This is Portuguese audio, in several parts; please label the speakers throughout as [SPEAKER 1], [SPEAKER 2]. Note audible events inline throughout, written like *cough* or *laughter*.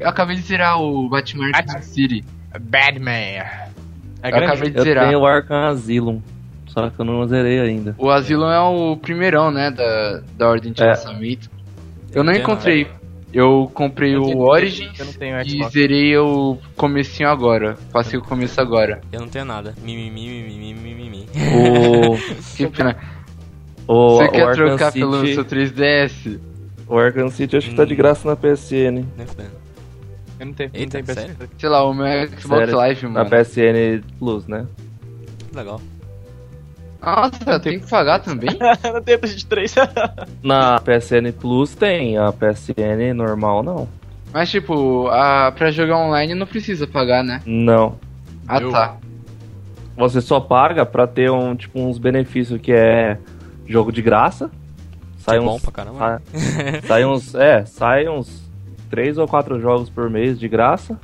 [SPEAKER 1] eu acabei de zerar o Batman Arkham
[SPEAKER 2] Bat-
[SPEAKER 1] City.
[SPEAKER 2] Batman. É
[SPEAKER 1] Eu
[SPEAKER 2] grande?
[SPEAKER 1] acabei de
[SPEAKER 3] Eu
[SPEAKER 1] zerar.
[SPEAKER 3] tenho o Arkham Asylum, só que eu não
[SPEAKER 1] *laughs*
[SPEAKER 3] zerei ainda.
[SPEAKER 1] O Asylum é o primeirão, né, da, da ordem de
[SPEAKER 3] É.
[SPEAKER 1] lançamento. Eu não
[SPEAKER 2] Entendo,
[SPEAKER 1] encontrei. Eu comprei
[SPEAKER 2] É, Eu
[SPEAKER 1] o
[SPEAKER 2] tenho-
[SPEAKER 1] Origins
[SPEAKER 2] Eu não tenho
[SPEAKER 1] e
[SPEAKER 2] Xbox.
[SPEAKER 1] zerei o comecinho agora. Passei o começo agora.
[SPEAKER 4] Eu não tenho nada. Mimimi, mimimi, *laughs* mimimi.
[SPEAKER 3] O,
[SPEAKER 1] Que pena.
[SPEAKER 3] o,
[SPEAKER 1] Você
[SPEAKER 3] o
[SPEAKER 1] quer
[SPEAKER 3] Arkham
[SPEAKER 1] trocar
[SPEAKER 3] City,
[SPEAKER 1] pelo seu Hum. 3DS?
[SPEAKER 3] O Arkham City acho que tá de graça na PSN.
[SPEAKER 4] Nem é fudendo.
[SPEAKER 2] Eu não tenho,
[SPEAKER 4] Eita,
[SPEAKER 2] não tenho
[SPEAKER 4] sério?
[SPEAKER 2] PS4.
[SPEAKER 1] Sei lá, o meu é Xbox
[SPEAKER 3] Sério? Tá
[SPEAKER 1] Live,
[SPEAKER 3] Na
[SPEAKER 1] mano.
[SPEAKER 3] PSN Plus, né?
[SPEAKER 4] Que Legal.
[SPEAKER 1] Nossa, tem que pagar
[SPEAKER 3] *laughs*
[SPEAKER 1] também?
[SPEAKER 2] *laughs* não tenho PS3.
[SPEAKER 3] Na PSN Plus tem, a PSN normal não.
[SPEAKER 1] Mas tipo, a, pra jogar online não precisa pagar, né?
[SPEAKER 3] Não.
[SPEAKER 1] Ah
[SPEAKER 2] Eu-
[SPEAKER 1] tá.
[SPEAKER 3] Você só paga pra ter um, tipo, uns benefícios que é jogo de graça. Sai
[SPEAKER 4] Que bom
[SPEAKER 3] uns,
[SPEAKER 4] pra caramba.
[SPEAKER 3] sa- sai uns, é, sai uns três ou quatro jogos por mês de graça.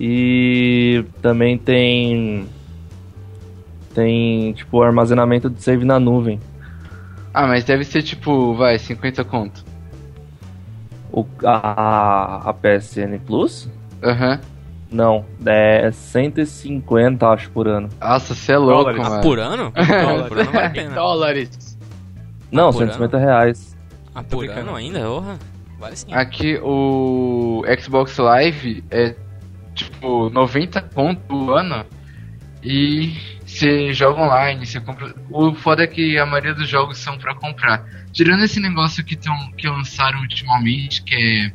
[SPEAKER 3] E também tem tem tipo armazenamento de save na nuvem.
[SPEAKER 1] Ah, mas deve ser tipo, vai, 50 conto.
[SPEAKER 3] O, a, a PSN Plus?
[SPEAKER 1] Aham.
[SPEAKER 3] Não, é 150 acho por ano.
[SPEAKER 1] Nossa, você é louco,
[SPEAKER 2] Dólares.
[SPEAKER 1] mano.
[SPEAKER 4] Ah, por ano? Não, por ano vale a pena.
[SPEAKER 2] Dólares.
[SPEAKER 3] Não,
[SPEAKER 4] por
[SPEAKER 3] 150 reais.
[SPEAKER 4] Ah, por
[SPEAKER 2] brincando.
[SPEAKER 4] ano ainda? Porra. Vale sim.
[SPEAKER 1] Aqui o Xbox Live é tipo 90 conto o ano e você joga online, você compra. O foda é que a maioria dos jogos são pra comprar. Tirando esse negócio que, tão, que lançaram ultimamente, que é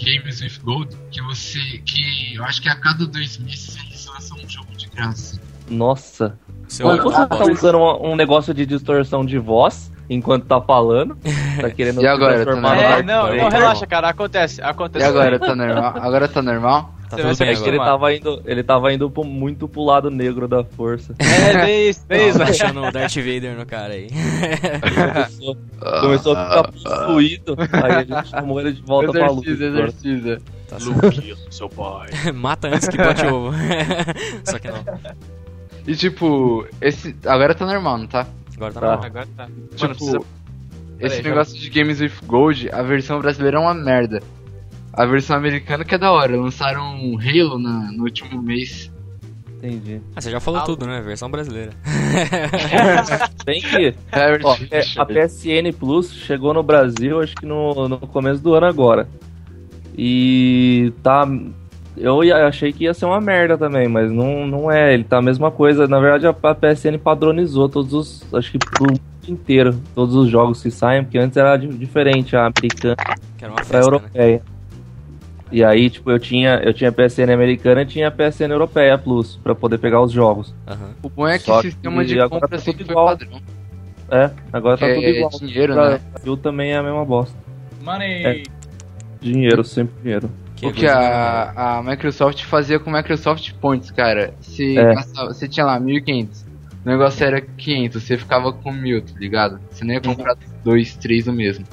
[SPEAKER 1] Games with Gold, que você. que eu acho que a cada dois meses eles lançam um jogo de graça.
[SPEAKER 3] Nossa.
[SPEAKER 4] Seu
[SPEAKER 3] Como
[SPEAKER 4] ano
[SPEAKER 3] você tá
[SPEAKER 4] bosta.
[SPEAKER 3] usando um, um negócio de distorção de voz enquanto tá falando? Tá querendo
[SPEAKER 1] *laughs* E
[SPEAKER 3] se
[SPEAKER 1] agora,
[SPEAKER 3] transformar
[SPEAKER 1] tá
[SPEAKER 3] no
[SPEAKER 2] É,
[SPEAKER 3] Darth
[SPEAKER 2] não,
[SPEAKER 3] Vader.
[SPEAKER 2] não, relaxa, cara. Acontece, acontece.
[SPEAKER 1] E agora tá *laughs* normal? Agora tá normal?
[SPEAKER 4] Tá
[SPEAKER 2] Você
[SPEAKER 4] tudo
[SPEAKER 2] vai
[SPEAKER 4] bem
[SPEAKER 3] É que ele
[SPEAKER 2] acostumado.
[SPEAKER 4] agora.
[SPEAKER 3] tava indo, ele tava indo pro- muito pro lado negro da
[SPEAKER 4] *laughs*
[SPEAKER 3] força.
[SPEAKER 2] É, bem isso, bem isso.
[SPEAKER 4] Tá achando o Darth Vader no cara aí. *laughs*
[SPEAKER 3] Começou, começou a ficar possuído. Aí a
[SPEAKER 4] *laughs*
[SPEAKER 3] gente chamou ele de volta pra luz.
[SPEAKER 1] Exercício, exercício.
[SPEAKER 4] Tá
[SPEAKER 2] Luke, seu pai.
[SPEAKER 4] Mata antes que bote ovo. *laughs* Só que não.
[SPEAKER 1] E tipo, esse. Agora tá normal, não tá?
[SPEAKER 4] Agora tá,
[SPEAKER 3] Tá.
[SPEAKER 4] normal.
[SPEAKER 2] Agora tá. Mano,
[SPEAKER 1] Tipo,
[SPEAKER 2] precisa...
[SPEAKER 1] esse
[SPEAKER 2] Peraí, já-
[SPEAKER 1] negócio de Games with Gold, a versão brasileira é uma merda. A versão americana que é da hora. Lançaram um Halo na- no último
[SPEAKER 2] *laughs*
[SPEAKER 1] mês.
[SPEAKER 3] Entendi.
[SPEAKER 4] Ah, você já falou
[SPEAKER 2] Ah,
[SPEAKER 4] tudo, né? Versão brasileira.
[SPEAKER 3] Tem que.
[SPEAKER 1] Pirate
[SPEAKER 3] Ó, é,
[SPEAKER 1] Fisher.
[SPEAKER 3] a PSN Plus chegou no Brasil, acho que no, no começo do ano agora. E tá. Eu ia- achei que ia ser uma merda também, mas não, não é. Ele tá a mesma coisa. Na verdade, a, a PSN padronizou todos os. Acho que pro mundo inteiro. Todos os jogos que saem, porque antes era di- diferente a americana
[SPEAKER 4] Que era uma
[SPEAKER 3] da
[SPEAKER 4] festa, né?
[SPEAKER 3] europeia. E aí, tipo, eu tinha, eu tinha PSN americana e tinha PSN europeia Plus pra poder pegar os jogos.
[SPEAKER 4] Aham.
[SPEAKER 1] O bom é que
[SPEAKER 3] só
[SPEAKER 1] o sistema
[SPEAKER 3] que
[SPEAKER 1] de
[SPEAKER 3] agora
[SPEAKER 1] compra
[SPEAKER 3] tá tudo
[SPEAKER 1] sempre foi
[SPEAKER 3] igual.
[SPEAKER 1] padrão.
[SPEAKER 3] É, agora tá
[SPEAKER 1] É,
[SPEAKER 3] tudo igual.
[SPEAKER 1] dinheiro,
[SPEAKER 3] Pra-
[SPEAKER 1] né?
[SPEAKER 3] Brasil também é a mesma bosta.
[SPEAKER 2] *laughs* *laughs* Money.
[SPEAKER 3] Dinheiro, sempre dinheiro.
[SPEAKER 1] o que a, a Microsoft fazia com Microsoft Points, cara. Você,
[SPEAKER 3] É.
[SPEAKER 1] gastava- você tinha lá 1.500. O negócio era 500, você ficava com 1.000, tá ligado? Você nem ia comprar 2, 3 o mesmo.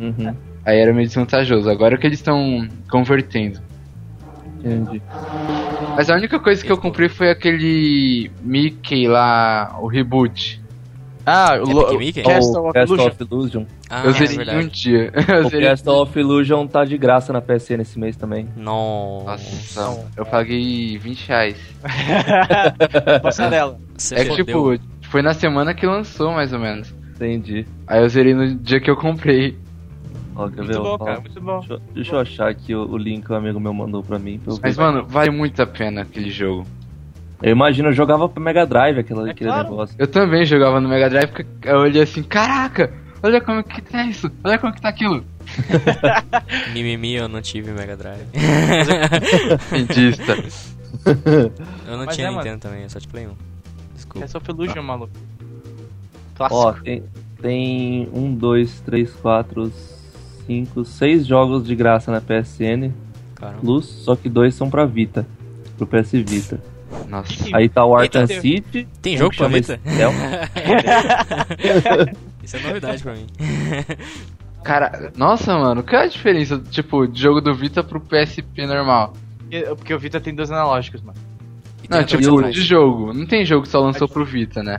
[SPEAKER 3] Uhum,
[SPEAKER 1] Aí era meio desvantajoso. Agora é que eles estão convertendo.
[SPEAKER 3] entendi.
[SPEAKER 1] Mas a única coisa que eu comprei foi aquele Mickey lá, o reboot.
[SPEAKER 2] Ah, o
[SPEAKER 4] Epic
[SPEAKER 2] Lo-
[SPEAKER 4] Mickey?
[SPEAKER 2] Cast
[SPEAKER 3] o
[SPEAKER 2] of
[SPEAKER 3] Cast
[SPEAKER 2] Illusion.
[SPEAKER 3] of Illusion.
[SPEAKER 4] É Ah,
[SPEAKER 1] eu
[SPEAKER 4] é
[SPEAKER 1] zerei em um
[SPEAKER 4] verdade.
[SPEAKER 1] dia. *laughs* Eu
[SPEAKER 3] O
[SPEAKER 1] zerei.
[SPEAKER 3] Cast of Illusion tá de graça na PSN esse mês também.
[SPEAKER 4] Nossa.
[SPEAKER 1] Nossa, eu paguei 20 reais.
[SPEAKER 2] Passarela.
[SPEAKER 4] Você
[SPEAKER 1] É que
[SPEAKER 4] fodeu.
[SPEAKER 1] tipo, foi na semana que lançou, mais ou menos.
[SPEAKER 3] Entendi.
[SPEAKER 1] Aí eu zerei no dia que eu comprei.
[SPEAKER 3] Ó, quer ver?
[SPEAKER 2] Muito
[SPEAKER 3] Ó,
[SPEAKER 2] bom, cara, muito bom.
[SPEAKER 3] Deixa, eu- deixa eu achar aqui o, o link que um amigo meu mandou pra mim. pra eu ver.
[SPEAKER 1] Mas, mano, vale muito a pena aquele jogo.
[SPEAKER 3] Eu imagino, eu jogava pro Mega Drive aquela,
[SPEAKER 2] É
[SPEAKER 3] aquele
[SPEAKER 2] claro.
[SPEAKER 3] negócio.
[SPEAKER 1] Eu também jogava no Mega Drive, porque eu olhei assim, caraca, olha como que tá isso, olha como que tá aquilo.
[SPEAKER 4] Mimimi, eu não tive Mega Drive.
[SPEAKER 1] Indista.
[SPEAKER 4] Eu não
[SPEAKER 2] Mas
[SPEAKER 4] tinha
[SPEAKER 2] é, mano.
[SPEAKER 4] Nintendo também, eu só te play um. Desculpa.
[SPEAKER 2] Cast of Illusion, É maluco.
[SPEAKER 3] Ó,
[SPEAKER 2] Clássico.
[SPEAKER 3] tem, tem um, dois, três, quatro, cinco, seis jogos de graça na PSN
[SPEAKER 4] Caramba.
[SPEAKER 3] Plus, só que dois são pra Vita. Pro PS Vita.
[SPEAKER 1] Nossa.
[SPEAKER 3] Aí tá o Arkham
[SPEAKER 2] Eita.
[SPEAKER 3] City.
[SPEAKER 4] Tem
[SPEAKER 3] um
[SPEAKER 4] jogo
[SPEAKER 3] que
[SPEAKER 4] pra
[SPEAKER 3] chama
[SPEAKER 4] Vita?
[SPEAKER 3] Stealth.
[SPEAKER 4] Isso é novidade *laughs* pra mim.
[SPEAKER 1] Cara, nossa, mano, qual é a diferença, tipo, de jogo do Vita pro PSP normal?
[SPEAKER 2] Porque- Porque o Vita tem dois analógicos, mano.
[SPEAKER 4] E
[SPEAKER 1] Não,
[SPEAKER 4] tem até
[SPEAKER 1] tipo,
[SPEAKER 4] outro
[SPEAKER 1] de jogo. Não tem jogo que só lançou pro Vita, né?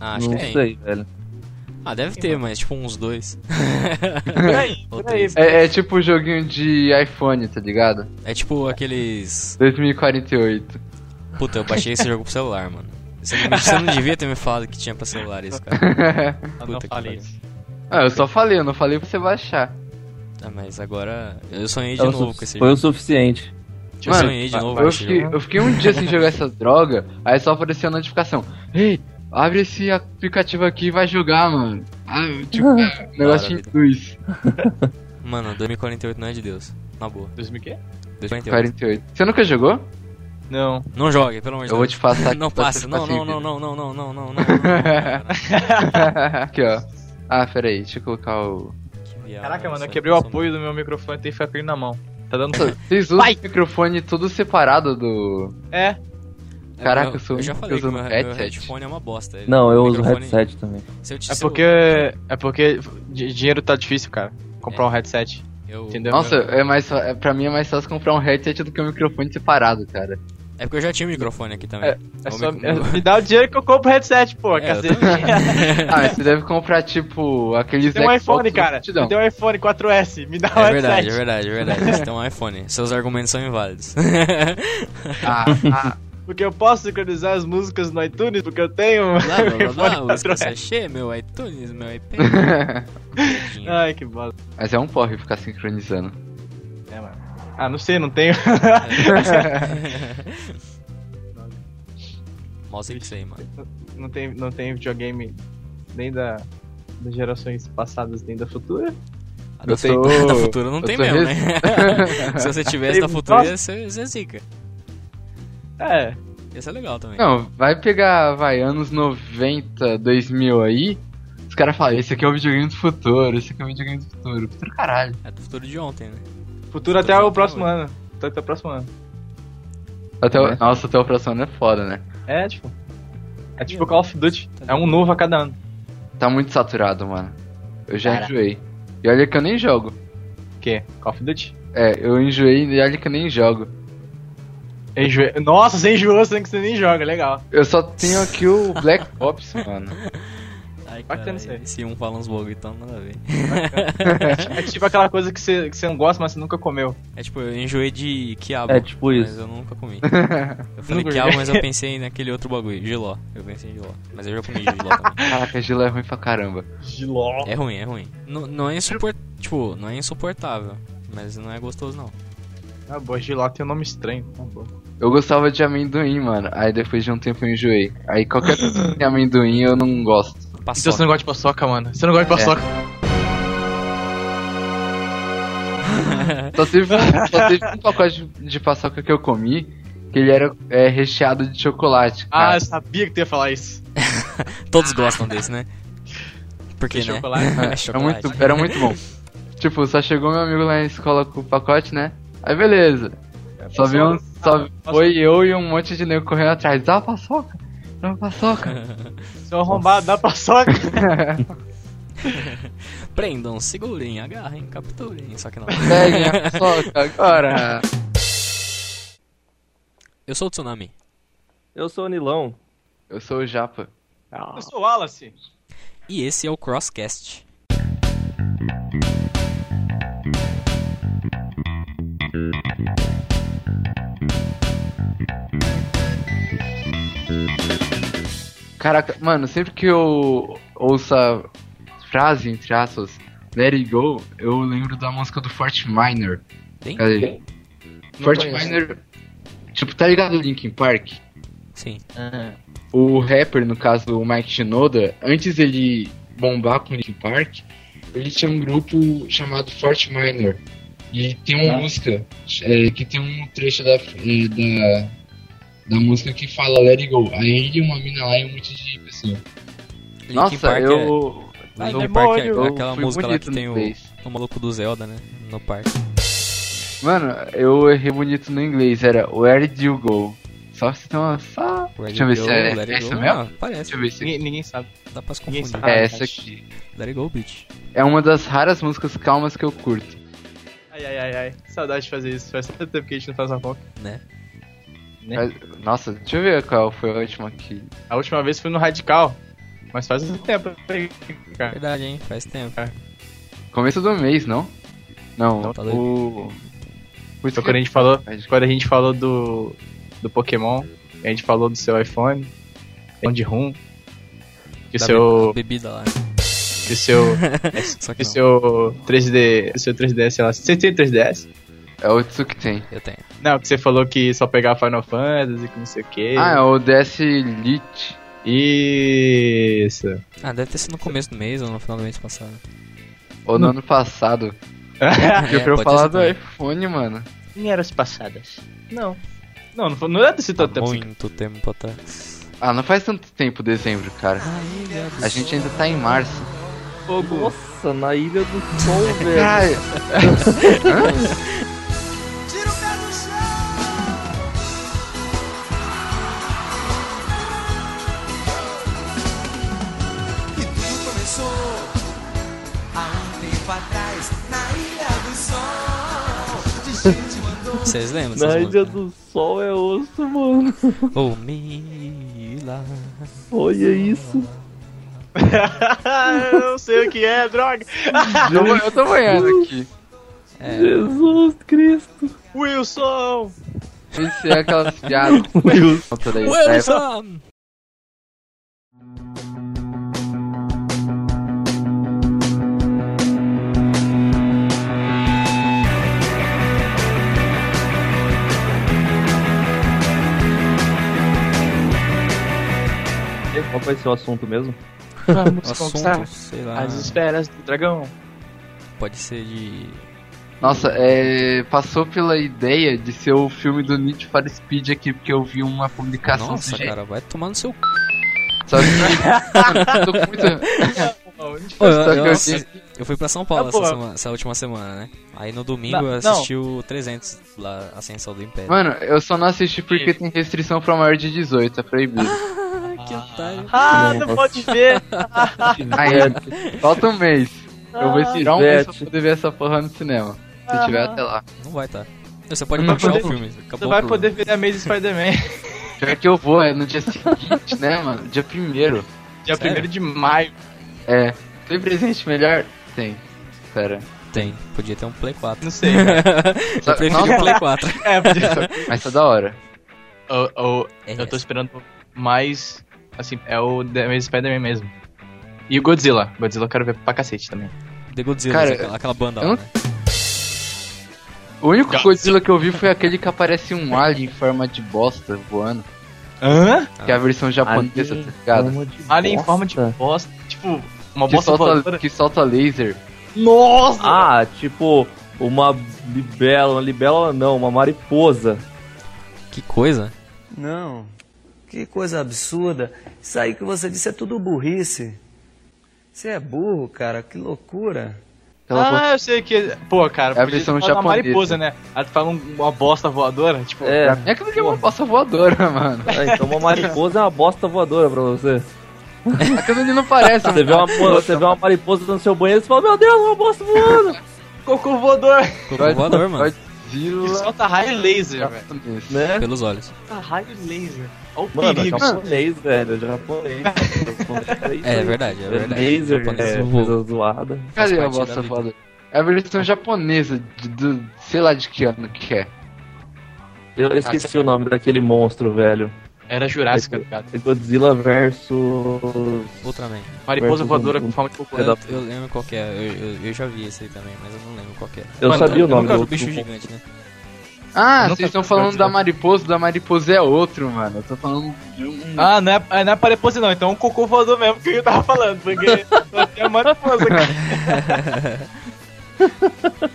[SPEAKER 4] Ah, *laughs* acho
[SPEAKER 3] Não
[SPEAKER 4] que tem.
[SPEAKER 3] sei, velho.
[SPEAKER 4] Ah, deve ter, mas tipo uns dois.
[SPEAKER 2] Peraí,
[SPEAKER 4] Ou
[SPEAKER 2] peraí.
[SPEAKER 4] três.
[SPEAKER 1] É, é tipo um joguinho de iPhone, tá ligado?
[SPEAKER 4] É tipo aqueles.
[SPEAKER 1] 2048.
[SPEAKER 4] Puta, eu baixei esse jogo pro celular, mano. Você não, você não devia ter me falado que tinha pra celular isso, cara.
[SPEAKER 2] Eu
[SPEAKER 4] Puta
[SPEAKER 2] não
[SPEAKER 4] que
[SPEAKER 2] falei
[SPEAKER 4] pariu.
[SPEAKER 2] isso.
[SPEAKER 1] *laughs* Ah, eu só falei, eu não falei pra você baixar.
[SPEAKER 4] Ah, mas agora. Eu sonhei de
[SPEAKER 3] É o
[SPEAKER 4] novo
[SPEAKER 3] su-
[SPEAKER 4] com esse
[SPEAKER 3] Foi
[SPEAKER 4] jogo.
[SPEAKER 3] o suficiente.
[SPEAKER 4] Eu
[SPEAKER 1] Mano,
[SPEAKER 4] sonhei de novo com
[SPEAKER 1] Eu
[SPEAKER 4] esse
[SPEAKER 1] fiquei,
[SPEAKER 4] jogo.
[SPEAKER 1] eu fiquei um dia sem jogar essa
[SPEAKER 4] *laughs*
[SPEAKER 1] droga, aí só apareceu a notificação. Ei, abre esse aplicativo aqui e vai jogar, mano. Ah, eu,
[SPEAKER 4] *laughs*
[SPEAKER 1] tipo, é, um negócio de
[SPEAKER 4] Maravilha.
[SPEAKER 1] luz.
[SPEAKER 4] Mano, 2048 não é de Deus. Na boa.
[SPEAKER 2] 2000 quê?
[SPEAKER 4] 2048.
[SPEAKER 1] 48. Você nunca jogou?
[SPEAKER 2] Não.
[SPEAKER 4] Não jogue, pelo amor de
[SPEAKER 1] Eu vou
[SPEAKER 4] Deus.
[SPEAKER 1] te
[SPEAKER 4] *laughs*
[SPEAKER 1] tá passar
[SPEAKER 4] é. Não
[SPEAKER 1] pra
[SPEAKER 4] passa.
[SPEAKER 1] você
[SPEAKER 4] Não,
[SPEAKER 1] ficar sem
[SPEAKER 4] não, não,
[SPEAKER 1] vida.
[SPEAKER 4] não, não, não, não, não, não, não.
[SPEAKER 1] *laughs* aqui, ó. Ah, peraí, deixa eu colocar o.
[SPEAKER 2] Caraca, mano,
[SPEAKER 4] é
[SPEAKER 2] eu quebrei o apoio do meu microfone e tenho que ficar com ele na mão. Tá dando.
[SPEAKER 1] *laughs* Vocês usam
[SPEAKER 2] Vai!
[SPEAKER 1] o microfone tudo separado do.
[SPEAKER 2] É,
[SPEAKER 1] Caraca,
[SPEAKER 4] eu,
[SPEAKER 1] eu sou
[SPEAKER 4] eu já
[SPEAKER 1] um que
[SPEAKER 4] falei que
[SPEAKER 1] usa
[SPEAKER 4] meu,
[SPEAKER 1] no
[SPEAKER 4] meu
[SPEAKER 1] headset.
[SPEAKER 4] headphone é uma bosta. Ele-
[SPEAKER 3] Não, eu
[SPEAKER 4] o
[SPEAKER 3] uso
[SPEAKER 4] microfone-
[SPEAKER 3] headset também.
[SPEAKER 4] Se eu te-
[SPEAKER 2] é
[SPEAKER 4] se eu-
[SPEAKER 2] porque. É porque di- dinheiro tá difícil, cara. Comprar um
[SPEAKER 4] É.
[SPEAKER 2] headset.
[SPEAKER 4] eu-
[SPEAKER 2] Entendeu?
[SPEAKER 1] Nossa, é mais, fa- é- pra mim é mais fácil comprar um headset do que um microfone separado, cara.
[SPEAKER 4] É porque eu já tinha o microfone aqui também.
[SPEAKER 2] É
[SPEAKER 4] O
[SPEAKER 2] só- *laughs*
[SPEAKER 4] mic-
[SPEAKER 2] é- me dá o dinheiro que eu compro o headset, pô.
[SPEAKER 4] É, eu
[SPEAKER 2] cacete. *laughs*
[SPEAKER 1] Ah, mas você deve comprar, tipo, aqueles
[SPEAKER 2] Tem um
[SPEAKER 1] Xbox
[SPEAKER 2] iPhone,
[SPEAKER 1] do
[SPEAKER 2] cara.
[SPEAKER 1] Multidão.
[SPEAKER 2] Me deu um iPhone 4S. Me dá um
[SPEAKER 4] É verdade, é
[SPEAKER 2] headset.
[SPEAKER 4] verdade, é verdade. Então, iPhone, seus argumentos são inválidos.
[SPEAKER 2] um
[SPEAKER 1] Ah, ah,
[SPEAKER 2] Porque eu posso sincronizar as músicas no iTunes, porque eu
[SPEAKER 4] *laughs*
[SPEAKER 2] tenho.
[SPEAKER 4] blá, blá, blá, blá,
[SPEAKER 2] iPhone
[SPEAKER 4] o que
[SPEAKER 2] 4S.
[SPEAKER 4] você achei, meu iTunes, meu
[SPEAKER 1] *laughs*
[SPEAKER 4] iPad. Tadinho.
[SPEAKER 2] Ai, que bosta.
[SPEAKER 1] Ah. mas é um porre ficar sincronizando.
[SPEAKER 2] É, mano. Ah, não sei, não
[SPEAKER 4] *laughs*
[SPEAKER 2] tenho.
[SPEAKER 4] Mal sei que sei, mano.
[SPEAKER 2] não tem, não tem videogame nem da, das gerações passadas nem da futura.
[SPEAKER 4] A da,
[SPEAKER 1] Eu sou-
[SPEAKER 4] fu- *laughs* da futura não
[SPEAKER 1] eu
[SPEAKER 4] tem
[SPEAKER 1] sou
[SPEAKER 4] mesmo, né?
[SPEAKER 1] res-
[SPEAKER 4] Se você tivesse da futura, ia ser, ia ser zica.
[SPEAKER 2] É,
[SPEAKER 4] Ia ser legal também.
[SPEAKER 1] Não, vai pegar, vai, anos 90, 2000 aí. Os caras falam, esse aqui é o videogame do futuro, esse aqui é o videogame do futuro. Futuro caralho.
[SPEAKER 4] É do futuro de ontem, né?
[SPEAKER 2] futuro até o próximo ano. Até, até o próximo ano.
[SPEAKER 1] Até o-
[SPEAKER 3] É.
[SPEAKER 1] Nossa, até o próximo ano é foda, né?
[SPEAKER 2] É, tipo. É tipo Call of Duty. É um novo a cada ano.
[SPEAKER 1] Tá muito saturado, mano. Eu já
[SPEAKER 2] Cara.
[SPEAKER 1] enjoei. E olha que eu nem jogo.
[SPEAKER 2] O quê? Call of Duty?
[SPEAKER 1] É, eu enjoei e olha que eu nem jogo.
[SPEAKER 2] Eu enjoei- Nossa, você enjoou, você nem- você nem joga, *laughs* legal.
[SPEAKER 1] Eu só tenho aqui o
[SPEAKER 4] *laughs*
[SPEAKER 1] Black Ops, mano.
[SPEAKER 4] Ai,
[SPEAKER 2] Bacana
[SPEAKER 4] cara,
[SPEAKER 2] isso aí.
[SPEAKER 4] se um fala uns bagulho, então nada a ver.
[SPEAKER 2] É tipo aquela coisa que você, que você não gosta, mas você nunca comeu.
[SPEAKER 4] É tipo, eu enjoei de quiabo.
[SPEAKER 3] É tipo
[SPEAKER 4] mas
[SPEAKER 3] isso.
[SPEAKER 4] eu nunca
[SPEAKER 1] *laughs*
[SPEAKER 4] comi. Eu falei
[SPEAKER 2] Nunca
[SPEAKER 4] quiabo,
[SPEAKER 2] joguei.
[SPEAKER 4] mas eu pensei naquele outro bagulho, giló. Eu pensei em giló. Mas eu já comi
[SPEAKER 2] *laughs*
[SPEAKER 4] giló também.
[SPEAKER 1] Caraca, gelo é ruim pra caramba.
[SPEAKER 2] Giló.
[SPEAKER 4] É ruim, é ruim. Não, não é insuportável. Tipo, não é insuportável. Mas não é gostoso, não.
[SPEAKER 2] Tá bom, Giló tem um nome estranho. Tá bom.
[SPEAKER 1] Eu gostava de amendoim, mano. Aí depois de um tempo eu enjoei. Aí qualquer coisa que tem amendoim eu não gosto.
[SPEAKER 2] Então você
[SPEAKER 4] Paçoca.
[SPEAKER 2] não gosta de paçoca, mano. Você não gosta de paçoca.
[SPEAKER 1] Só teve, só teve um pacote de- de paçoca que eu comi, que ele era é, recheado de chocolate.
[SPEAKER 2] Ah,
[SPEAKER 1] Cara.
[SPEAKER 2] eu sabia que tu ia falar isso.
[SPEAKER 4] Todos gostam desse, né? Porque,
[SPEAKER 2] De
[SPEAKER 4] né?
[SPEAKER 2] chocolate.
[SPEAKER 4] *laughs* É
[SPEAKER 1] era,
[SPEAKER 4] chocolate.
[SPEAKER 1] muito, era muito bom. tipo, só chegou meu amigo lá na escola com o pacote, né? Aí beleza. Só vi um. Só foi eu e um monte de nego correndo atrás. Dá uma paçoca! Dá uma paçoca!
[SPEAKER 2] Seu arrombado, dá
[SPEAKER 1] *laughs*
[SPEAKER 2] paçoca.
[SPEAKER 4] Prendam, segurem, agarrem, capturem. Só que não.
[SPEAKER 1] Peguem a paçoca agora!
[SPEAKER 4] Eu sou o Tsunami.
[SPEAKER 3] Eu sou o Nilão.
[SPEAKER 1] Eu sou o Japa.
[SPEAKER 2] Eu sou o Wallace.
[SPEAKER 4] E esse é o Crosscast.
[SPEAKER 1] Caraca, mano, sempre que eu ouço a frase, entre aspas, Let It Go, eu lembro da música do Fort Minor.
[SPEAKER 4] Tem?
[SPEAKER 1] Cadê? Fort
[SPEAKER 2] conheço.
[SPEAKER 1] Minor. Tipo, tá ligado o Linkin Park?
[SPEAKER 4] Sim.
[SPEAKER 1] Ah. O rapper, no caso, o Mike Shinoda, antes dele bombar com o Linkin Park, ele tinha um grupo chamado Fort Minor. E tem uma música é, que tem um trecho da, é, da, da música que fala Let It Go. Aí ele, uma mina lá e um monte de pessoa.
[SPEAKER 4] Linkin
[SPEAKER 1] Nossa,
[SPEAKER 4] Park é-
[SPEAKER 1] eu.
[SPEAKER 4] Linkin
[SPEAKER 1] eu-
[SPEAKER 4] Park é
[SPEAKER 1] eu
[SPEAKER 4] aquela
[SPEAKER 1] fui
[SPEAKER 4] música lá
[SPEAKER 1] bonito
[SPEAKER 4] que
[SPEAKER 1] no
[SPEAKER 4] tem o,
[SPEAKER 1] inglês.
[SPEAKER 4] é o maluco do Zelda, né? No parque.
[SPEAKER 1] Mano, eu errei bonito no inglês, era Where Did You Go? Só se tem uma. Só...
[SPEAKER 4] Let
[SPEAKER 1] Deixa eu ver
[SPEAKER 4] it go,
[SPEAKER 1] se é
[SPEAKER 4] let it
[SPEAKER 1] essa
[SPEAKER 4] go.
[SPEAKER 1] mesmo.
[SPEAKER 4] Ah, parece.
[SPEAKER 1] Deixa eu ver se
[SPEAKER 2] Ninguém, ninguém sabe.
[SPEAKER 4] Dá pra se
[SPEAKER 2] Ninguém
[SPEAKER 4] confundir.
[SPEAKER 2] sabe.
[SPEAKER 1] é
[SPEAKER 2] Ah,
[SPEAKER 1] essa
[SPEAKER 2] tá.
[SPEAKER 1] aqui.
[SPEAKER 4] Let it go, bitch.
[SPEAKER 1] É uma das raras músicas calmas que eu curto.
[SPEAKER 2] Ai, ai, ai, ai. Saudade de fazer isso. Faz tanto tempo que a gente não faz uma coca.
[SPEAKER 4] Né?
[SPEAKER 2] É.
[SPEAKER 1] Mas- Nossa, deixa eu ver qual foi a última aqui.
[SPEAKER 2] A última vez foi no Radical. Mas faz um tempo aí, cara.
[SPEAKER 4] Verdade, hein? Faz tempo.
[SPEAKER 1] Começo do mês, não? Não,
[SPEAKER 4] Não, tá doido.
[SPEAKER 1] o. o
[SPEAKER 2] Foi quando a gente falou, quando a gente falou do, do Pokémon, a gente falou do seu iPhone, de rum, que o
[SPEAKER 4] Da
[SPEAKER 2] seu,
[SPEAKER 4] be- bebida lá.
[SPEAKER 2] que o *laughs* seu,
[SPEAKER 4] Só que
[SPEAKER 2] que o
[SPEAKER 4] não.
[SPEAKER 2] seu 3D, o seu 3DS, sei lá, você tem 3DS?
[SPEAKER 1] É o Tsuki tem.
[SPEAKER 4] Eu tenho.
[SPEAKER 2] Não, que você falou que só pegava Final Fantasy, que não sei o que.
[SPEAKER 1] Ah, é o DS Elite.
[SPEAKER 2] Isso.
[SPEAKER 4] Ah, deve ter sido no começo do mês ou no final do mês passado.
[SPEAKER 1] Ou no ano passado. Porque
[SPEAKER 4] É,
[SPEAKER 1] pra eu
[SPEAKER 4] pode
[SPEAKER 1] falar
[SPEAKER 4] ser
[SPEAKER 1] do
[SPEAKER 4] também.
[SPEAKER 1] iPhone, mano.
[SPEAKER 2] Em eras passadas. Não. Não, não, foi- não era desse tanto tempo. assim.
[SPEAKER 4] Muito tempo atrás.
[SPEAKER 1] Ah, não faz tanto tempo dezembro, cara. A gente ainda tá em março.
[SPEAKER 2] Fogo. *laughs*
[SPEAKER 3] Nossa, na Ilha do
[SPEAKER 4] *laughs*
[SPEAKER 3] Sol, velho.
[SPEAKER 1] Cara,
[SPEAKER 5] E tudo começou há um tempo atrás, na Ilha do Sol. Destino te mandou.
[SPEAKER 4] Vocês lembram?
[SPEAKER 3] Na
[SPEAKER 4] dessas
[SPEAKER 3] Ilha
[SPEAKER 4] músicas?
[SPEAKER 3] do Sol é osso, mano.
[SPEAKER 4] Oh, Mila.
[SPEAKER 3] Olha isso.
[SPEAKER 2] Ah, eu não sei o que é, droga.
[SPEAKER 1] *laughs* eu tô- eu tô banhando aqui.
[SPEAKER 4] É,
[SPEAKER 3] Jesus Cristo.
[SPEAKER 2] Wilson!
[SPEAKER 1] Isso é aquelas piadas.
[SPEAKER 3] Wilson.
[SPEAKER 1] *laughs* Volta daí, tá?
[SPEAKER 4] Wilson!
[SPEAKER 3] Qual vai ser o assunto mesmo?
[SPEAKER 2] Vamos
[SPEAKER 4] Assunto, tá. sei lá.
[SPEAKER 2] as esferas do dragão.
[SPEAKER 4] Pode ser de.
[SPEAKER 1] Nossa, é, passou pela ideia de ser o filme do Need for Speed aqui, porque eu vi uma publicação
[SPEAKER 4] Nossa,
[SPEAKER 1] sugerida.
[SPEAKER 4] cara, vai tomar no seu c.
[SPEAKER 1] Só
[SPEAKER 4] *laughs*
[SPEAKER 1] que eu tô com muita-
[SPEAKER 4] Ô, eu,
[SPEAKER 1] Só que
[SPEAKER 4] eu-
[SPEAKER 1] eu disse-
[SPEAKER 4] eu fui pra São Paulo
[SPEAKER 2] Ah,
[SPEAKER 4] essa,
[SPEAKER 2] porra.
[SPEAKER 4] semana- essa última semana, né? Aí no domingo
[SPEAKER 2] Não,
[SPEAKER 4] eu assisti o 300 lá, Ascensão do Império.
[SPEAKER 1] Mano, eu só não assisti porque tem restrição pra maior de 18, é proibido.
[SPEAKER 4] Ah, que otário.
[SPEAKER 2] Ah, não
[SPEAKER 3] Nossa.
[SPEAKER 2] pode ver!
[SPEAKER 4] Ah,
[SPEAKER 1] Aí,
[SPEAKER 4] é.
[SPEAKER 1] falta um mês. Eu vou tirar um mês pra
[SPEAKER 3] Ivete.
[SPEAKER 1] poder ver essa porra no cinema. Se tiver até lá.
[SPEAKER 4] Não vai tá. Você pode
[SPEAKER 1] Não
[SPEAKER 4] baixar
[SPEAKER 1] pode-
[SPEAKER 4] o filme. Acabou
[SPEAKER 2] Você vai
[SPEAKER 4] o
[SPEAKER 2] poder ver a Amazing Spider-Man.
[SPEAKER 1] Pior que eu vou, é no dia seguinte, né, mano? Dia primeiro.
[SPEAKER 2] *laughs* Dia
[SPEAKER 4] Sério?
[SPEAKER 2] 1 de maio.
[SPEAKER 1] É. Tem presente melhor? Tem. Pera.
[SPEAKER 4] Tem. Podia ter um
[SPEAKER 2] *laughs*
[SPEAKER 4] Play 4.
[SPEAKER 2] Não sei.
[SPEAKER 1] Só-
[SPEAKER 4] Eu prefiro
[SPEAKER 1] não,
[SPEAKER 4] um Play 4.
[SPEAKER 2] *laughs* é, podia
[SPEAKER 1] Mas tá da hora.
[SPEAKER 2] Eu, eu,
[SPEAKER 4] É
[SPEAKER 2] eu tô
[SPEAKER 4] isso.
[SPEAKER 2] esperando mais. Assim, é o The Amazing Spider-Man mesmo. E o Godzilla. Godzilla eu quero ver pra cacete também.
[SPEAKER 4] É, The Godzilla,
[SPEAKER 1] Cara,
[SPEAKER 4] aquela, aquela banda
[SPEAKER 1] eu
[SPEAKER 4] lá,
[SPEAKER 1] não-
[SPEAKER 4] né?
[SPEAKER 1] O único
[SPEAKER 2] Nossa.
[SPEAKER 1] Godzilla que eu vi foi aquele que aparece um alien em forma de bosta voando.
[SPEAKER 2] Hã?
[SPEAKER 1] Que é a versão japonesa, tá
[SPEAKER 3] é
[SPEAKER 1] ligado?
[SPEAKER 2] Alien em forma de bosta. Tipo, uma
[SPEAKER 1] Que
[SPEAKER 2] bosta
[SPEAKER 1] solta,
[SPEAKER 2] voadora.
[SPEAKER 1] que solta laser.
[SPEAKER 2] Nossa!
[SPEAKER 3] Ah, tipo, uma libela, uma libela não, uma mariposa.
[SPEAKER 4] Que coisa.
[SPEAKER 5] Não, que coisa absurda. Isso aí que você disse é tudo burrice. Você é burro, cara, que loucura.
[SPEAKER 1] Aquela
[SPEAKER 2] ah, eu sei que. Pô, cara,
[SPEAKER 1] É a
[SPEAKER 2] podia
[SPEAKER 1] versão
[SPEAKER 2] falar uma
[SPEAKER 1] japonesa.
[SPEAKER 2] mariposa, né? Aí tu fala um- uma bosta voadora, tipo.
[SPEAKER 3] É,
[SPEAKER 1] Pra mim é aquilo que é uma bosta voadora, *laughs* mano.
[SPEAKER 3] é, então uma mariposa é uma bosta voadora pra você.
[SPEAKER 1] Aquilo ali É não parece.
[SPEAKER 2] Tá.
[SPEAKER 1] né?
[SPEAKER 3] Você vê uma, você vê uma mariposa no seu banheiro e você fala, meu Deus, é uma bosta voando.
[SPEAKER 2] Cocô *laughs* voador!
[SPEAKER 4] Colocou voador, mano.
[SPEAKER 2] Que
[SPEAKER 1] Godzilla
[SPEAKER 2] solta raio laser, velho.
[SPEAKER 1] japonês.
[SPEAKER 3] Né?
[SPEAKER 4] Pelos olhos.
[SPEAKER 2] Solta raio laser. Olha o
[SPEAKER 3] Mano, é
[SPEAKER 2] perigo.
[SPEAKER 3] japonês, velho,
[SPEAKER 2] *laughs*
[SPEAKER 3] é japonês. Japonês
[SPEAKER 4] É verdade, é verdade.
[SPEAKER 3] Laser,
[SPEAKER 4] Japonês
[SPEAKER 3] é,
[SPEAKER 4] voou.
[SPEAKER 3] coisa zoada.
[SPEAKER 4] Faz
[SPEAKER 1] Cadê a
[SPEAKER 4] parte da
[SPEAKER 1] bosta
[SPEAKER 4] vida.
[SPEAKER 1] foda? É a versão japonesa, de, do- sei lá de que ano que é.
[SPEAKER 3] Eu esqueci o nome daquele monstro, velho.
[SPEAKER 2] Era Jurássica, tá cara.
[SPEAKER 3] É Godzilla versus...
[SPEAKER 4] Ultraman.
[SPEAKER 2] Mariposa
[SPEAKER 3] Versus
[SPEAKER 2] voadora
[SPEAKER 3] um-
[SPEAKER 2] com forma de cocô.
[SPEAKER 3] É
[SPEAKER 4] Eu,
[SPEAKER 3] da-
[SPEAKER 4] eu lembro qual que é. Eu, eu- eu já vi esse aí também, mas eu não lembro qual que é.
[SPEAKER 3] Eu
[SPEAKER 2] Mano,
[SPEAKER 3] sabia
[SPEAKER 2] eu
[SPEAKER 3] o nome
[SPEAKER 4] nunca
[SPEAKER 3] do
[SPEAKER 4] vi
[SPEAKER 3] outro
[SPEAKER 4] bicho
[SPEAKER 3] monstro.
[SPEAKER 4] gigante, né?
[SPEAKER 1] Ah,
[SPEAKER 2] Eu nunca
[SPEAKER 1] vocês estão
[SPEAKER 2] vi
[SPEAKER 1] falando
[SPEAKER 2] Godzilla.
[SPEAKER 1] da mariposa, da mariposa é outro, mano. Eu tô falando de um.
[SPEAKER 2] Ah, não é, não é parepose não, então é um cocô voador mesmo que eu tava falando, porque só tem a mariposa, cara. *laughs*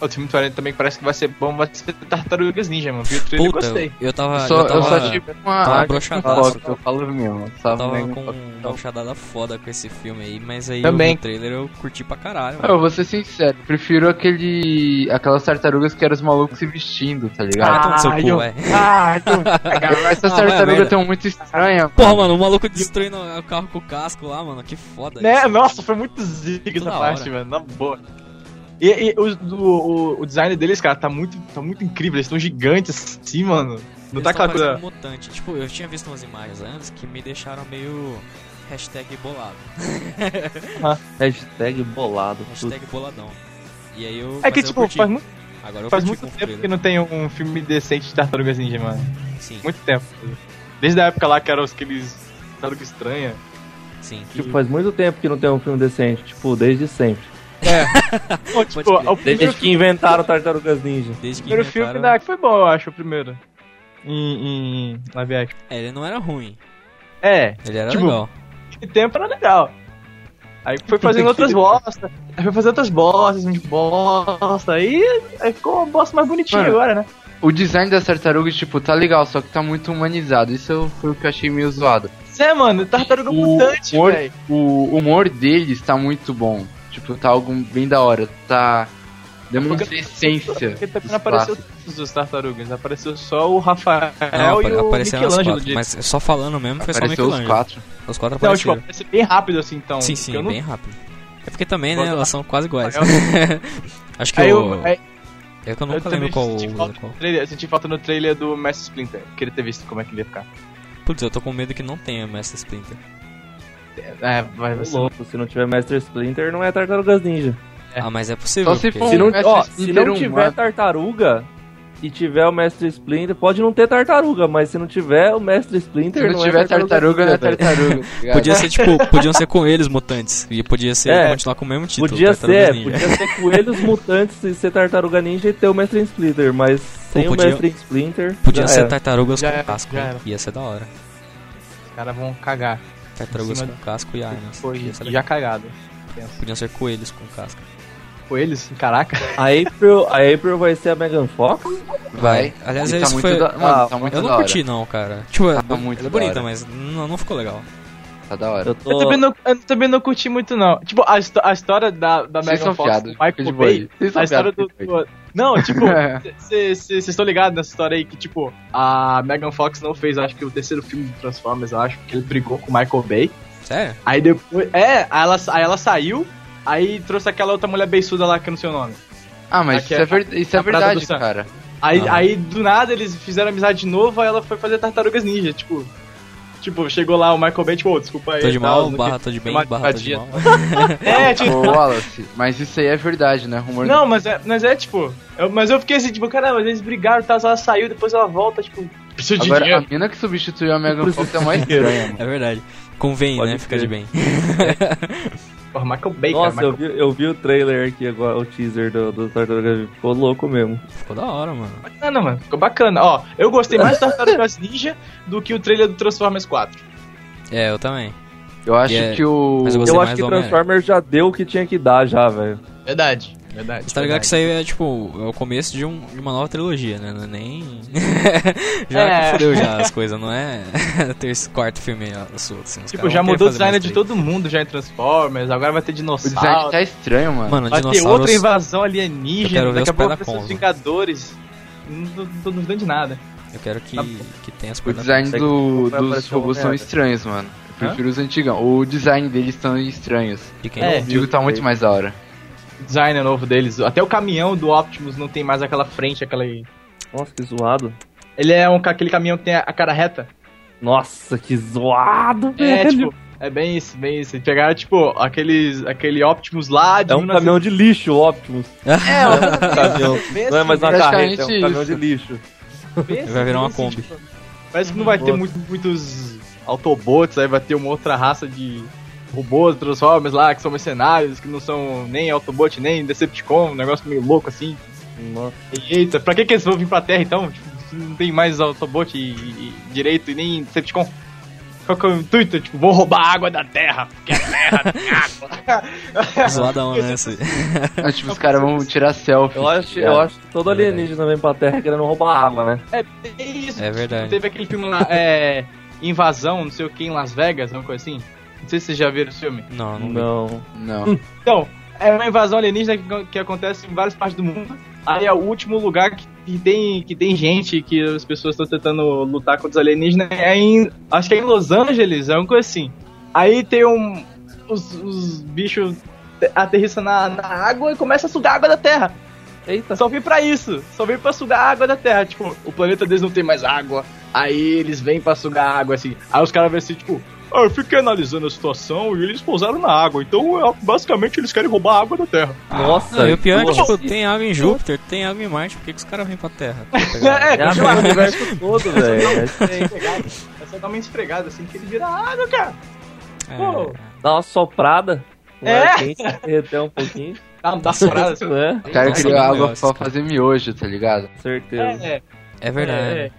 [SPEAKER 2] O time do Torrent também parece que vai ser bom, vai ser Tartarugas Ninja, mano. Viu o trailer, eu
[SPEAKER 4] Puta,
[SPEAKER 2] gostei.
[SPEAKER 4] eu, eu tava.
[SPEAKER 1] eu, só,
[SPEAKER 4] Ah, eu tava,
[SPEAKER 1] eu só tive uma.
[SPEAKER 4] tava
[SPEAKER 1] uma
[SPEAKER 4] broxadaço.
[SPEAKER 1] foto, Eu falo mesmo.
[SPEAKER 4] eu
[SPEAKER 1] Tava
[SPEAKER 4] tava
[SPEAKER 1] meio-
[SPEAKER 4] com uma puxadada foda com esse filme aí, mas aí
[SPEAKER 2] Também.
[SPEAKER 4] o trailer eu curti pra caralho.
[SPEAKER 1] Ah, Eu vou ser sincero, prefiro aquele. aquelas tartarugas que eram os malucos se vestindo, tá ligado?
[SPEAKER 4] Vai tomar no seu cu,
[SPEAKER 2] eu-
[SPEAKER 4] vai.
[SPEAKER 2] Ah,
[SPEAKER 4] *laughs*
[SPEAKER 2] então...
[SPEAKER 1] Essas
[SPEAKER 4] Ah, vai, merda.
[SPEAKER 1] tartarugas tão um muito estranhas.
[SPEAKER 4] Porra, mano, o maluco destruindo o carro com o casco lá, mano. Que foda.
[SPEAKER 2] né?
[SPEAKER 4] isso. é
[SPEAKER 2] Nossa, foi muito zica essa
[SPEAKER 4] Da
[SPEAKER 2] parte, mano, na boa. E, e os do- o, o design deles, cara, tá muito, tá muito incrível, eles estão gigantes assim, mano. Não
[SPEAKER 4] Eles
[SPEAKER 2] tá
[SPEAKER 4] tão
[SPEAKER 2] aquela
[SPEAKER 4] parecendo
[SPEAKER 2] coisa.
[SPEAKER 4] um mutante. Tipo, eu tinha visto umas imagens antes que me deixaram meio hashtag bolado. tipo,
[SPEAKER 3] Hashtag bolado. tudo.
[SPEAKER 4] Hashtag boladão. E aí eu.
[SPEAKER 2] É que,
[SPEAKER 4] mas eu
[SPEAKER 2] tipo,
[SPEAKER 4] curti.
[SPEAKER 2] faz, mu-
[SPEAKER 4] Agora eu
[SPEAKER 2] faz
[SPEAKER 4] curti
[SPEAKER 2] muito
[SPEAKER 4] com o
[SPEAKER 2] tempo
[SPEAKER 4] trailer.
[SPEAKER 2] que não tem um filme decente de Tartarugas Ninja, mano.
[SPEAKER 4] Sim,
[SPEAKER 2] Muito tempo. Desde a época lá que eram aqueles Tartaruga Estranha.
[SPEAKER 4] sim.
[SPEAKER 3] Tipo, faz muito tempo que não tem um filme decente. Tipo, desde sempre.
[SPEAKER 2] Pô, tipo,
[SPEAKER 4] crer.
[SPEAKER 2] o primeiro,
[SPEAKER 3] Desde que inventaram Tartarugas Ninja.
[SPEAKER 4] Desde que
[SPEAKER 2] primeiro filme
[SPEAKER 4] inventaram-
[SPEAKER 2] da... que foi bom, eu acho, o primeiro. Em, em, em live action.
[SPEAKER 4] É, ele não era ruim.
[SPEAKER 2] É,
[SPEAKER 4] Ele era
[SPEAKER 2] Tipo,
[SPEAKER 4] legal.
[SPEAKER 2] de tempo era legal. Aí foi
[SPEAKER 3] *laughs*
[SPEAKER 2] fazendo
[SPEAKER 4] *laughs*
[SPEAKER 2] outras bostas, aí foi fazendo outras bostas, muito bosta, aí, aí ficou uma bosta mais bonitinha
[SPEAKER 1] Mano.
[SPEAKER 2] agora, né?
[SPEAKER 1] O design das tartarugas, tipo, tá legal, só que tá muito humanizado. Isso foi o que eu achei meio zoado.
[SPEAKER 2] Zé, é, mano, tartaruga
[SPEAKER 1] O
[SPEAKER 2] Tá mutante,
[SPEAKER 1] humor,
[SPEAKER 2] velho.
[SPEAKER 1] o humor deles tá muito bom. Tipo, tá algo bem da hora. Tá. Demonstra a essência.
[SPEAKER 2] Porque tá também
[SPEAKER 1] dos
[SPEAKER 2] não apareceu
[SPEAKER 1] clássicos.
[SPEAKER 2] todos os tartarugas, apareceu só o Rafael
[SPEAKER 4] Não,
[SPEAKER 2] e
[SPEAKER 4] É, apare-
[SPEAKER 2] é o
[SPEAKER 4] apareceram os
[SPEAKER 2] Michelangelo.
[SPEAKER 4] quatro.
[SPEAKER 2] De...
[SPEAKER 4] Mas só falando mesmo, foi só
[SPEAKER 1] Apareceu os
[SPEAKER 4] Michelangelo.
[SPEAKER 1] quatro.
[SPEAKER 4] Os quatro
[SPEAKER 2] Não, tipo,
[SPEAKER 4] apareceram.
[SPEAKER 2] apareceu bem rápido assim, então.
[SPEAKER 4] sim,
[SPEAKER 2] porque
[SPEAKER 4] sim,
[SPEAKER 2] eu não-
[SPEAKER 4] bem rápido. É porque também, né,
[SPEAKER 2] Bota lá.
[SPEAKER 4] elas são quase iguais. *laughs* Acho que
[SPEAKER 2] Aí
[SPEAKER 4] eu...
[SPEAKER 2] eu, aí
[SPEAKER 4] É que eu
[SPEAKER 2] eu
[SPEAKER 4] nunca
[SPEAKER 2] também
[SPEAKER 4] lembro qual...
[SPEAKER 2] senti, falta
[SPEAKER 4] qual-
[SPEAKER 2] no trailer, eu senti falta no trailer do Master Splinter, queria ter visto como é que ele ia ficar.
[SPEAKER 4] Putz, eu tô com medo que não tenha Master Splinter.
[SPEAKER 2] É, vai, vai
[SPEAKER 3] Ô,
[SPEAKER 2] ser.
[SPEAKER 3] Louco, se não tiver Master Splinter, não é Tartarugas Ninja.
[SPEAKER 2] É.
[SPEAKER 4] Ah, mas é possível.
[SPEAKER 1] Só se
[SPEAKER 4] porque-
[SPEAKER 1] for um
[SPEAKER 3] Se não,
[SPEAKER 1] Master
[SPEAKER 3] ó, se
[SPEAKER 1] Splinter
[SPEAKER 3] não
[SPEAKER 1] um,
[SPEAKER 3] tiver
[SPEAKER 1] é.
[SPEAKER 3] tartaruga e tiver o Mestre Splinter, pode não ter tartaruga, mas se não tiver o Mestre Splinter,
[SPEAKER 1] Se não
[SPEAKER 3] é
[SPEAKER 1] tiver tartaruga, não é
[SPEAKER 3] Ninja, velho.
[SPEAKER 1] tartaruga. *laughs* tá ligado?
[SPEAKER 4] Podia ser, tipo, podiam ser com eles mutantes. E podia ser
[SPEAKER 3] É.
[SPEAKER 4] continuar com o mesmo título.
[SPEAKER 3] Podia
[SPEAKER 4] Tartarugas
[SPEAKER 3] ser,
[SPEAKER 4] Ninja.
[SPEAKER 3] podia ser coelhos mutantes e ser tartaruga ninja e ter o Mestre Splinter, mas sem
[SPEAKER 4] podia-
[SPEAKER 3] o Mestre Splinter.
[SPEAKER 4] Podia
[SPEAKER 3] já
[SPEAKER 4] ser
[SPEAKER 3] era.
[SPEAKER 4] tartarugas
[SPEAKER 2] Já
[SPEAKER 4] com
[SPEAKER 2] era,
[SPEAKER 4] casco.
[SPEAKER 2] já era.
[SPEAKER 4] Ia ser da hora.
[SPEAKER 2] Os caras vão cagar.
[SPEAKER 4] Tartarugas
[SPEAKER 2] Em cima
[SPEAKER 4] com casco e armas.
[SPEAKER 2] Foi
[SPEAKER 4] Ia ser
[SPEAKER 2] já
[SPEAKER 4] legal.
[SPEAKER 2] cagado.
[SPEAKER 4] Podiam ser coelhos com casco.
[SPEAKER 2] Coelhos? Caraca.
[SPEAKER 3] A April, a April vai ser a Megan Fox?
[SPEAKER 1] Vai.
[SPEAKER 4] Aliás,
[SPEAKER 1] E tá
[SPEAKER 4] isso
[SPEAKER 1] muito
[SPEAKER 4] foi-
[SPEAKER 1] da- Mano, tá
[SPEAKER 3] Ah,
[SPEAKER 1] muito da
[SPEAKER 4] Eu não
[SPEAKER 1] hora.
[SPEAKER 4] curti, não, cara. Tipo, é,
[SPEAKER 1] Tá muito
[SPEAKER 4] é
[SPEAKER 1] da
[SPEAKER 4] bonita,
[SPEAKER 1] hora.
[SPEAKER 4] mas não, não ficou legal.
[SPEAKER 1] Tá da hora.
[SPEAKER 3] Eu
[SPEAKER 2] Eu também,
[SPEAKER 3] tô.
[SPEAKER 2] não, eu também não curti muito, não. Tipo, a, histó- a história da, da
[SPEAKER 1] Vocês
[SPEAKER 2] Megan
[SPEAKER 1] são
[SPEAKER 2] Fox
[SPEAKER 1] fiados.
[SPEAKER 2] do
[SPEAKER 1] fica de
[SPEAKER 2] Michael
[SPEAKER 1] boa aí.
[SPEAKER 2] Bay.
[SPEAKER 1] Vocês são
[SPEAKER 2] A história do.
[SPEAKER 1] fiados, fica de boa aí.
[SPEAKER 2] do- Não,
[SPEAKER 1] *laughs*
[SPEAKER 2] tipo,
[SPEAKER 1] É.
[SPEAKER 2] vocês estão ligados nessa história aí que, tipo, a Megan Fox não fez, acho que o terceiro filme do Transformers, eu acho, porque ele brigou com o Michael Bay.
[SPEAKER 4] Sério?
[SPEAKER 2] Aí depois. É, aí ela, aí ela saiu, aí trouxe aquela outra mulher beiçuda lá que eu não sei o nome.
[SPEAKER 1] Ah, mas
[SPEAKER 2] Aqui
[SPEAKER 1] isso
[SPEAKER 2] é
[SPEAKER 1] é, ver- isso é
[SPEAKER 2] a Prada do
[SPEAKER 1] verdade,
[SPEAKER 2] Sam.
[SPEAKER 3] *laughs*
[SPEAKER 1] cara.
[SPEAKER 2] Aí,
[SPEAKER 4] Ah.
[SPEAKER 2] aí do nada eles fizeram amizade de novo, aí ela foi fazer Tartarugas Ninja, tipo. Tipo, chegou lá o Michael Bay, tipo, ô, desculpa aí.
[SPEAKER 4] Tô de
[SPEAKER 1] tá,
[SPEAKER 2] e tal,
[SPEAKER 4] mal,
[SPEAKER 2] não
[SPEAKER 4] barra,
[SPEAKER 2] quis-
[SPEAKER 4] tô de bem,
[SPEAKER 2] uma
[SPEAKER 4] barra, tô
[SPEAKER 2] tadinha.
[SPEAKER 4] de mal. *laughs*
[SPEAKER 2] É, tipo,
[SPEAKER 1] Ô, Wallace, mas isso aí é verdade, né? Rumor
[SPEAKER 2] Não, mas é, mas é tipo. eu- mas eu fiquei assim, tipo, caramba, eles brigaram, tá, ela saiu, depois ela volta, tipo. Preciso de
[SPEAKER 1] Agora, a
[SPEAKER 2] dinheiro.
[SPEAKER 1] mina que substituiu a Megan Fox é mais estranha, mano.
[SPEAKER 4] É verdade. Convém,
[SPEAKER 3] Pode
[SPEAKER 4] né? Fica de
[SPEAKER 3] crer.
[SPEAKER 4] bem.
[SPEAKER 2] Porra, Michael Bay,
[SPEAKER 3] Nossa,
[SPEAKER 2] cara.
[SPEAKER 3] eu
[SPEAKER 2] Michael...
[SPEAKER 3] vi, eu vi o trailer aqui agora, o teaser do, do Tartaruga, ficou louco mesmo.
[SPEAKER 4] Ficou da hora, mano.
[SPEAKER 2] Bacana, mano. Ficou bacana. Ó, eu gostei mais do *laughs* Tartarugas Ninja do que o trailer do Transformers 4.
[SPEAKER 4] É, eu também.
[SPEAKER 1] Eu acho
[SPEAKER 4] Yeah.
[SPEAKER 1] que o.
[SPEAKER 4] Mas eu gostei
[SPEAKER 3] Eu
[SPEAKER 4] mais
[SPEAKER 3] acho que
[SPEAKER 4] do Homem-Aranha.
[SPEAKER 3] Transformers já deu o que tinha que dar já, velho.
[SPEAKER 2] Verdade. Verdade.
[SPEAKER 4] Você tá ligado que isso aí é tipo é o começo de, um, de uma nova trilogia, né? Não é nem. *laughs* já
[SPEAKER 2] É.
[SPEAKER 4] fudeu já as coisas, não é? *laughs* Ter esse quarto filme aí, ó, os outros, assim, os
[SPEAKER 2] Tipo,
[SPEAKER 4] caras
[SPEAKER 2] já
[SPEAKER 4] vão querer
[SPEAKER 2] mudou o
[SPEAKER 4] fazer mais
[SPEAKER 2] design de
[SPEAKER 4] três.
[SPEAKER 2] todo mundo já em Transformers, agora vai ter
[SPEAKER 1] O design
[SPEAKER 3] Ah,
[SPEAKER 2] dinossauro.
[SPEAKER 1] tá estranho, mano.
[SPEAKER 4] Mano,
[SPEAKER 2] Vai ter outra
[SPEAKER 4] dinossauros.
[SPEAKER 2] invasão
[SPEAKER 4] Eu
[SPEAKER 2] alienígena,
[SPEAKER 4] quero ver
[SPEAKER 2] daqui a pouco
[SPEAKER 4] os pé
[SPEAKER 2] vai
[SPEAKER 4] na
[SPEAKER 2] ser os
[SPEAKER 3] né?
[SPEAKER 4] pomba.
[SPEAKER 2] Vingadores. Não tô, tô duvidando de nada.
[SPEAKER 4] Eu quero que,
[SPEAKER 2] Tá
[SPEAKER 4] que tenha as
[SPEAKER 1] o
[SPEAKER 4] coisas.
[SPEAKER 1] design
[SPEAKER 3] Sei
[SPEAKER 1] do,
[SPEAKER 3] que vai
[SPEAKER 1] dos
[SPEAKER 3] aparecer uma
[SPEAKER 1] robôs são
[SPEAKER 3] merda.
[SPEAKER 1] estranhos, mano. Eu prefiro os antigos. O design deles estão estranhos.
[SPEAKER 4] E quem
[SPEAKER 2] É.
[SPEAKER 1] O antigo tá muito mais da hora.
[SPEAKER 2] O design é novo deles. Até o caminhão do Optimus não tem mais aquela frente, aquela.
[SPEAKER 3] Nossa, que zoado.
[SPEAKER 2] Ele é um, ca- aquele caminhão que tem a, a cara reta.
[SPEAKER 3] Nossa, que zoado,
[SPEAKER 2] É,
[SPEAKER 3] velho.
[SPEAKER 2] tipo, é bem isso, bem isso. Eles Pegaram, tipo, aqueles, aquele Optimus lá de
[SPEAKER 3] É um
[SPEAKER 2] 1900
[SPEAKER 3] caminhão de lixo, o Optimus.
[SPEAKER 4] É,
[SPEAKER 3] Não é um
[SPEAKER 2] *laughs*
[SPEAKER 3] caminhão.
[SPEAKER 2] Bem assim,
[SPEAKER 3] Não é mais uma
[SPEAKER 1] Praticamente
[SPEAKER 3] carreta, é um caminhão
[SPEAKER 1] isso.
[SPEAKER 3] de lixo.
[SPEAKER 2] bem assim,
[SPEAKER 4] Vai virar
[SPEAKER 2] bem
[SPEAKER 4] uma
[SPEAKER 2] assim,
[SPEAKER 4] Kombi.
[SPEAKER 2] tipo, parece que não vai ter muito, muitos Autobots, aí vai ter uma outra raça de robôs, Transformers lá, que são mercenários, que não são nem Autobot, nem Decepticon, um negócio meio louco assim.
[SPEAKER 3] Nossa.
[SPEAKER 2] E, eita, pra que, que eles vão vir pra Terra então? Tipo, se não tem mais Autobot e, e- direito e nem Decepticon. Qual que é o intuito? Tipo, vão roubar a água da Terra, porque a Terra tem água.
[SPEAKER 4] *laughs* zoadão,
[SPEAKER 2] *laughs*
[SPEAKER 4] né? esse-
[SPEAKER 1] Ah, tipo,
[SPEAKER 3] *laughs*
[SPEAKER 1] os caras vão tirar selfie.
[SPEAKER 3] Eu acho,
[SPEAKER 1] tá
[SPEAKER 3] eu acho que É todo alienígena vem pra Terra querendo roubar água, né?
[SPEAKER 2] É, é isso.
[SPEAKER 4] É verdade.
[SPEAKER 2] Teve aquele filme lá, é. Invasão, não sei o que, em Las Vegas, alguma coisa assim. Não sei se vocês já viram esse filme.
[SPEAKER 3] Tá
[SPEAKER 4] Não, não. não.
[SPEAKER 3] Não.
[SPEAKER 1] ligado? Não.
[SPEAKER 2] Então, é uma invasão alienígena que, que acontece em várias partes do mundo. Aí é o último lugar que, que tem, que tem gente, que as pessoas estão tentando lutar contra os alienígenas. É em. Acho que é em Los Angeles, é uma coisa assim. Aí tem um. Os, os bichos te- aterrissam na, na água e começam a sugar a água da terra.
[SPEAKER 3] Eita,
[SPEAKER 2] Só vim pra isso. Só vim pra sugar a água da Terra. Tipo, o planeta deles não tem mais água. Aí eles vêm pra sugar a água, assim. Aí os caras vêm assim, tipo... "Ah, eu fiquei analisando a situação e eles pousaram na água. Então, é, basicamente, eles querem roubar a água da Terra.
[SPEAKER 3] Ah, nossa.
[SPEAKER 4] Não, e o pior é que,
[SPEAKER 3] porra.
[SPEAKER 4] tipo, tem água em Júpiter, tem água em Marte, por que, que os caras vêm pra
[SPEAKER 2] *laughs*
[SPEAKER 4] Terra?
[SPEAKER 2] É,
[SPEAKER 3] É a merda do universo todo, velho. *laughs*
[SPEAKER 2] É só dar uma esfregada, assim, que ele vira água, cara.
[SPEAKER 4] É,
[SPEAKER 2] Pô.
[SPEAKER 3] Dá uma soprada. Um
[SPEAKER 2] É.
[SPEAKER 3] ar quente, derreter um pouquinho.
[SPEAKER 2] *laughs* Dá, dá frase, assim.
[SPEAKER 3] né?
[SPEAKER 1] O cara
[SPEAKER 4] Nossa,
[SPEAKER 1] criou
[SPEAKER 4] meu
[SPEAKER 1] água
[SPEAKER 4] Deus,
[SPEAKER 1] pra
[SPEAKER 4] cara.
[SPEAKER 1] fazer miojo, tá ligado?
[SPEAKER 3] Certeza.
[SPEAKER 2] É, é,
[SPEAKER 4] é verdade.
[SPEAKER 2] é.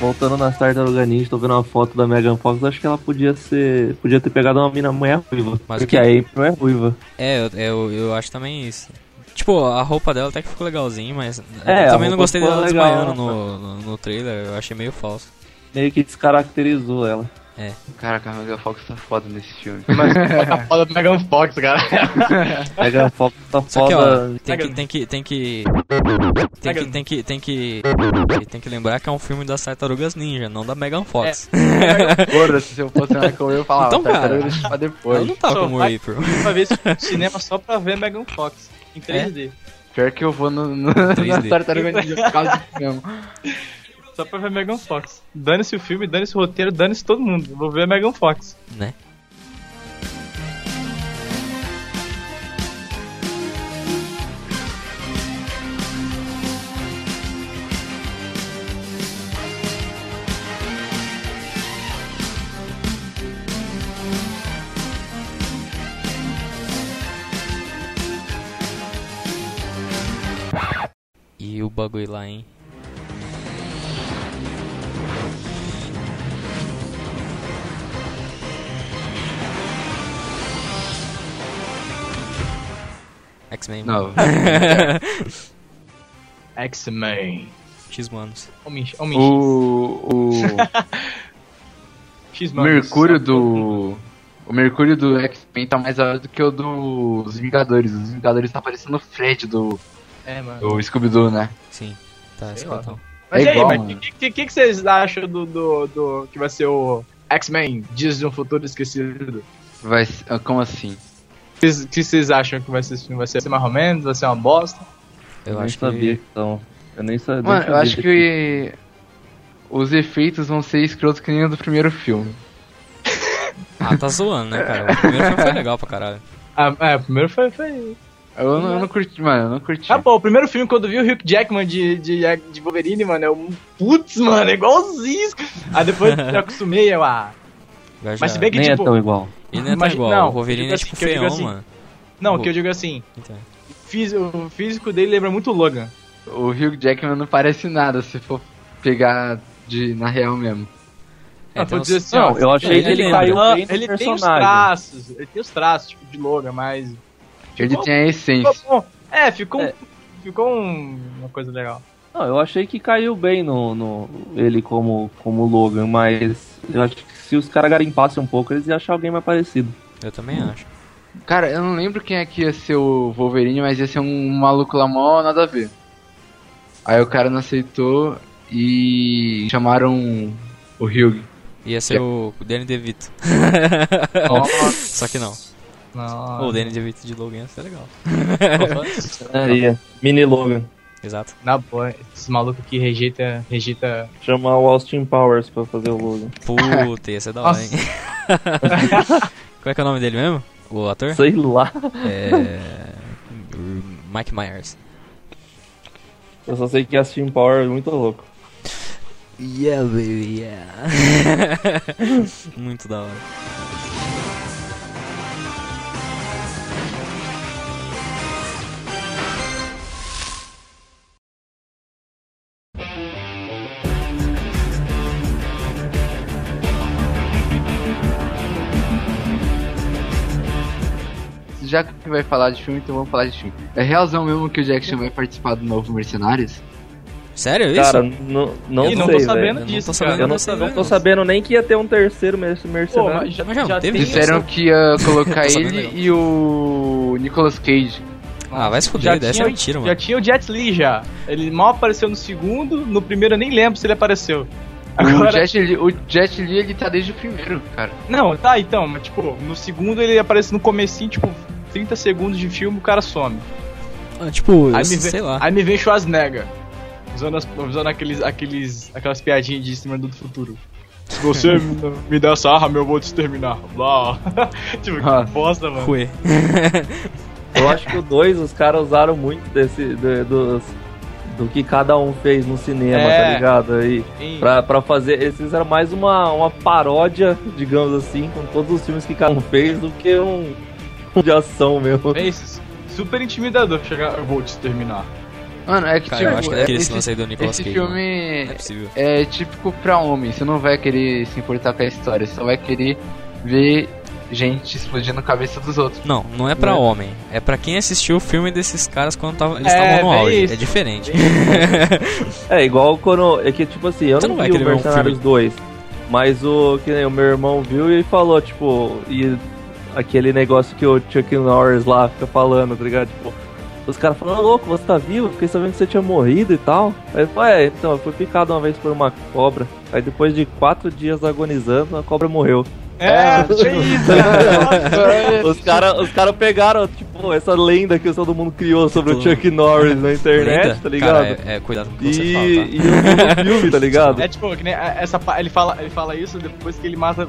[SPEAKER 3] Voltando nas tartarugas ninja, tô vendo uma foto da Megan Fox, acho que ela podia ser. Podia ter pegado uma mina mulher ruiva.
[SPEAKER 4] Mas
[SPEAKER 3] porque
[SPEAKER 4] o que-
[SPEAKER 3] a April não é ruiva.
[SPEAKER 4] É, eu, eu, eu acho também isso. Tipo, a roupa dela até que ficou legalzinha, mas
[SPEAKER 3] É,
[SPEAKER 4] eu
[SPEAKER 3] a
[SPEAKER 4] também
[SPEAKER 3] roupa
[SPEAKER 4] não gostei
[SPEAKER 3] ficou
[SPEAKER 4] dela
[SPEAKER 3] legal,
[SPEAKER 4] desmaiando
[SPEAKER 3] né?
[SPEAKER 4] no, no, no trailer, eu achei meio falso.
[SPEAKER 3] Meio que descaracterizou ela.
[SPEAKER 4] *laughs*
[SPEAKER 1] Caraca, a Mega Fox tá foda nesse filme.
[SPEAKER 2] Tá foda do Megan Fox, cara.
[SPEAKER 3] Megan Fox tá
[SPEAKER 4] Só que,
[SPEAKER 3] foda.
[SPEAKER 4] ó, tem que, tem que, tem que... Tem que, tem que, tem que... Tem que lembrar que é um filme das Tartarugas Ninja, não da Megan Fox.
[SPEAKER 1] Porra, se eu fosse na Cor, eu falava,
[SPEAKER 4] Então,
[SPEAKER 1] tá,
[SPEAKER 4] cara.
[SPEAKER 1] cara, deixa pra
[SPEAKER 4] Eu
[SPEAKER 1] depois.
[SPEAKER 4] *laughs* não tava
[SPEAKER 2] Só
[SPEAKER 4] como
[SPEAKER 2] vai-
[SPEAKER 4] April.
[SPEAKER 2] pra ver se cinema só pra ver Megan Fox em 3D.
[SPEAKER 1] Pior que eu vou no, no, *laughs* na tá
[SPEAKER 4] 3D.
[SPEAKER 1] Tartaruga Ninja por causa disso mesmo.
[SPEAKER 2] Só pra ver Megan Fox. Dane-se o filme, dane-se o roteiro, dane-se todo mundo. Eu Vou ver Megan Fox.
[SPEAKER 4] Né? E o bagulho lá, hein? X-Men.
[SPEAKER 1] Não,
[SPEAKER 2] X-Men.
[SPEAKER 4] X-Manos.
[SPEAKER 2] Homem, homem
[SPEAKER 1] o.
[SPEAKER 2] X.
[SPEAKER 1] O Mercúrio
[SPEAKER 2] é
[SPEAKER 1] do. O Mercúrio do X-Men tá mais alto do que o dos Vingadores. Os Vingadores tá parecendo o Fred do,
[SPEAKER 2] É, mano.
[SPEAKER 1] do Scooby-Doo, né?
[SPEAKER 4] Sim. Tá,
[SPEAKER 2] Sei lá.
[SPEAKER 4] escutão.
[SPEAKER 2] Mas
[SPEAKER 1] É
[SPEAKER 2] e aí,
[SPEAKER 1] igual,
[SPEAKER 2] mas o
[SPEAKER 1] mano.
[SPEAKER 2] que, que, que que vocês acham do, do, do- que vai ser o X-Men Dias de um Futuro Esquecido?
[SPEAKER 1] Vai, se- ah, como assim?
[SPEAKER 2] O que, que vocês acham que vai ser esse filme? Vai ser mais ou menos? Vai ser uma bosta?
[SPEAKER 4] Eu
[SPEAKER 3] nem
[SPEAKER 4] acho
[SPEAKER 3] sabia
[SPEAKER 4] que.
[SPEAKER 3] que tão. Eu nem sabia.
[SPEAKER 1] Mano,
[SPEAKER 3] nem
[SPEAKER 1] eu acho
[SPEAKER 3] sabia
[SPEAKER 1] que os efeitos vão ser escrotos que nem o do primeiro filme.
[SPEAKER 4] Ah, tá zoando, né, cara? O primeiro filme foi legal pra caralho.
[SPEAKER 2] Ah, é, o primeiro foi. foi...
[SPEAKER 1] Eu não, eu não curti, mano, eu não curti.
[SPEAKER 2] Ah, pô, o primeiro filme, quando eu vi o Hugh Jackman de, de, de Wolverine, mano, eu. Putz, mano, é igualzinho. Aí depois *laughs* eu acostumei, eu. Ah,
[SPEAKER 4] Eu já-
[SPEAKER 2] mas se bem que,
[SPEAKER 3] Nem
[SPEAKER 2] tipo.
[SPEAKER 3] é tão igual.
[SPEAKER 4] Ele não é tão
[SPEAKER 2] Imagina-
[SPEAKER 4] igual.
[SPEAKER 2] não,
[SPEAKER 4] o Wolverine
[SPEAKER 2] eu digo assim,
[SPEAKER 4] é tipo
[SPEAKER 2] que eu digo
[SPEAKER 4] feião,
[SPEAKER 2] assim.
[SPEAKER 4] mano.
[SPEAKER 2] Não, que eu digo assim.
[SPEAKER 4] Então,
[SPEAKER 2] fisi- o físico dele lembra muito o Logan.
[SPEAKER 1] O Hugh Jackman não parece nada se for pegar de, na real mesmo.
[SPEAKER 4] É,
[SPEAKER 2] Ah,
[SPEAKER 4] tem
[SPEAKER 2] vou
[SPEAKER 4] uns-
[SPEAKER 2] dizer assim,
[SPEAKER 3] Não,
[SPEAKER 2] ó,
[SPEAKER 3] eu achei
[SPEAKER 4] ele
[SPEAKER 3] que ele
[SPEAKER 4] lembra.
[SPEAKER 3] caiu bem no
[SPEAKER 2] ele tem os
[SPEAKER 3] personagem.
[SPEAKER 2] traços, ele tem os traços tipo, de Logan, mas.
[SPEAKER 1] Ele
[SPEAKER 2] Ficou-
[SPEAKER 1] tem a
[SPEAKER 2] Ficou
[SPEAKER 1] essência.
[SPEAKER 2] bom. É, ficou, um-
[SPEAKER 3] É.
[SPEAKER 2] ficou um- uma coisa legal.
[SPEAKER 3] Não, eu achei que caiu bem no, no ele como, como Logan, mas eu acho que se os caras garimpassem um pouco, eles iam achar alguém mais parecido.
[SPEAKER 4] Eu também acho.
[SPEAKER 1] Cara, eu não lembro quem é que ia ser o Wolverine, mas ia ser um maluco lá mó nada a ver. Aí o cara não aceitou e chamaram o Hugh.
[SPEAKER 4] Ia ser o o Danny DeVito. *laughs* Só que não.
[SPEAKER 2] Não,
[SPEAKER 4] Ou o Danny DeVito de Logan ia ser legal.
[SPEAKER 3] Seria mini Logan.
[SPEAKER 4] Exato.
[SPEAKER 2] na boa, esses malucos que rejeita, rejeita.
[SPEAKER 3] Chamar o Austin Powers pra fazer o Logan.
[SPEAKER 4] Puta, ia ser da hora, hein? *laughs* Como é que é o nome dele mesmo? O ator?
[SPEAKER 3] Sei lá. *laughs*
[SPEAKER 4] É. Mike Myers.
[SPEAKER 3] Eu só sei que Austin Powers é muito louco.
[SPEAKER 4] Yeah, baby, yeah. *laughs* Muito da hora.
[SPEAKER 1] Já que vai falar de filme, então vamos falar de filme. É realzão mesmo que o Jackson vai participar do novo Mercenários?
[SPEAKER 4] Sério é isso?
[SPEAKER 3] Cara, não, não
[SPEAKER 2] É Ih,
[SPEAKER 3] sei,
[SPEAKER 2] não tô
[SPEAKER 3] velho.
[SPEAKER 4] eu
[SPEAKER 2] sabendo.
[SPEAKER 4] não
[SPEAKER 2] disso,
[SPEAKER 4] tô
[SPEAKER 2] cara.
[SPEAKER 4] sabendo. né?
[SPEAKER 3] Eu não,
[SPEAKER 4] dessa
[SPEAKER 3] não
[SPEAKER 4] vez,
[SPEAKER 3] tô sabendo nem que ia ter um terceiro merce-
[SPEAKER 2] Pô,
[SPEAKER 3] mercenário.
[SPEAKER 2] mas já,
[SPEAKER 4] Mas já
[SPEAKER 2] já
[SPEAKER 4] teve
[SPEAKER 2] tem
[SPEAKER 4] isso?
[SPEAKER 1] Disseram que ia colocar
[SPEAKER 4] Tô sabendo
[SPEAKER 1] ele
[SPEAKER 4] não.
[SPEAKER 1] e o Nicolas Cage.
[SPEAKER 4] Ah, vai se
[SPEAKER 2] Já
[SPEAKER 4] fuder,
[SPEAKER 2] tinha,
[SPEAKER 4] dessa é mentira,
[SPEAKER 2] já
[SPEAKER 4] mano.
[SPEAKER 2] tinha o Jet Li já. Ele mal apareceu no segundo, no primeiro eu nem lembro se ele apareceu.
[SPEAKER 1] O,
[SPEAKER 2] Agora,
[SPEAKER 1] Jet Li, o Jet Li, ele tá desde o primeiro, cara.
[SPEAKER 2] não, tá, então, mas tipo, no segundo ele aparece no comecinho, tipo, 30 segundos de filme, o cara some.
[SPEAKER 4] Ah, Tipo,
[SPEAKER 2] Aí
[SPEAKER 4] eu
[SPEAKER 2] me vem,
[SPEAKER 4] sei lá.
[SPEAKER 2] Aí me vem Schwarzenegger. Usando, as- usando aqueles, aqueles, aquelas piadinhas de Exterminador do Futuro. Se
[SPEAKER 4] *laughs*
[SPEAKER 2] você me- me der essa arma, eu vou te exterminar. Blá. *laughs* tipo,
[SPEAKER 1] Ah,
[SPEAKER 2] que bosta, mano.
[SPEAKER 4] Cuê.
[SPEAKER 3] Eu acho que o 2 os caras usaram muito desse. Do, dos- do que cada um fez no cinema,
[SPEAKER 2] É.
[SPEAKER 3] tá ligado? Aí,
[SPEAKER 2] Hein?
[SPEAKER 3] pra, pra fazer. Eles fizeram mais uma, uma paródia, digamos assim, com todos os filmes que cada um fez do que um. um de ação mesmo.
[SPEAKER 2] É isso. Super intimidador chegar, eu vou te exterminar.
[SPEAKER 1] Mano, é que
[SPEAKER 4] Cara,
[SPEAKER 1] tipo,
[SPEAKER 4] eu acho que daquele
[SPEAKER 1] esse,
[SPEAKER 4] lance aí do Nicolas
[SPEAKER 1] esse
[SPEAKER 4] Cage. mano.
[SPEAKER 1] filme
[SPEAKER 4] Não é possível.
[SPEAKER 1] é típico pra homem. Você não vai querer se importar com a história, você só vai querer ver gente explodindo a cabeça dos outros.
[SPEAKER 4] Não, não é pra
[SPEAKER 1] Né?
[SPEAKER 4] homem. É pra quem assistiu o filme desses caras quando tava, eles
[SPEAKER 2] É,
[SPEAKER 4] estavam no
[SPEAKER 2] bem
[SPEAKER 4] auge.
[SPEAKER 2] isso.
[SPEAKER 4] É diferente. *laughs*
[SPEAKER 3] É, igual quando. É que tipo assim, eu
[SPEAKER 4] Você
[SPEAKER 3] não,
[SPEAKER 4] não vai
[SPEAKER 3] vi o
[SPEAKER 4] querer ver um
[SPEAKER 3] Mercenários 2. Mas o que nem o meu irmão viu e falou, tipo, e aquele negócio que o Chuck Norris lá fica falando, tá ligado? Tipo, os caras falam, "Ah, louco, você tá vivo? Fiquei sabendo que você tinha morrido e tal. Aí ele falou, é, então, eu fui picado uma vez por uma cobra. Aí depois de quatro dias agonizando, a cobra morreu.
[SPEAKER 2] É, é isso, cara.
[SPEAKER 3] Os caras os cara pegaram, tipo, essa lenda que todo mundo criou sobre o
[SPEAKER 4] Todo
[SPEAKER 3] Chuck Norris na internet,
[SPEAKER 4] Lenda?
[SPEAKER 3] tá ligado?
[SPEAKER 4] Cara, é, é, cuidado com o que
[SPEAKER 3] e,
[SPEAKER 4] você fala, tá?
[SPEAKER 3] e o filme, tá ligado?
[SPEAKER 2] É tipo, que nem a- essa, pa- ele, fala, ele fala isso depois que ele mata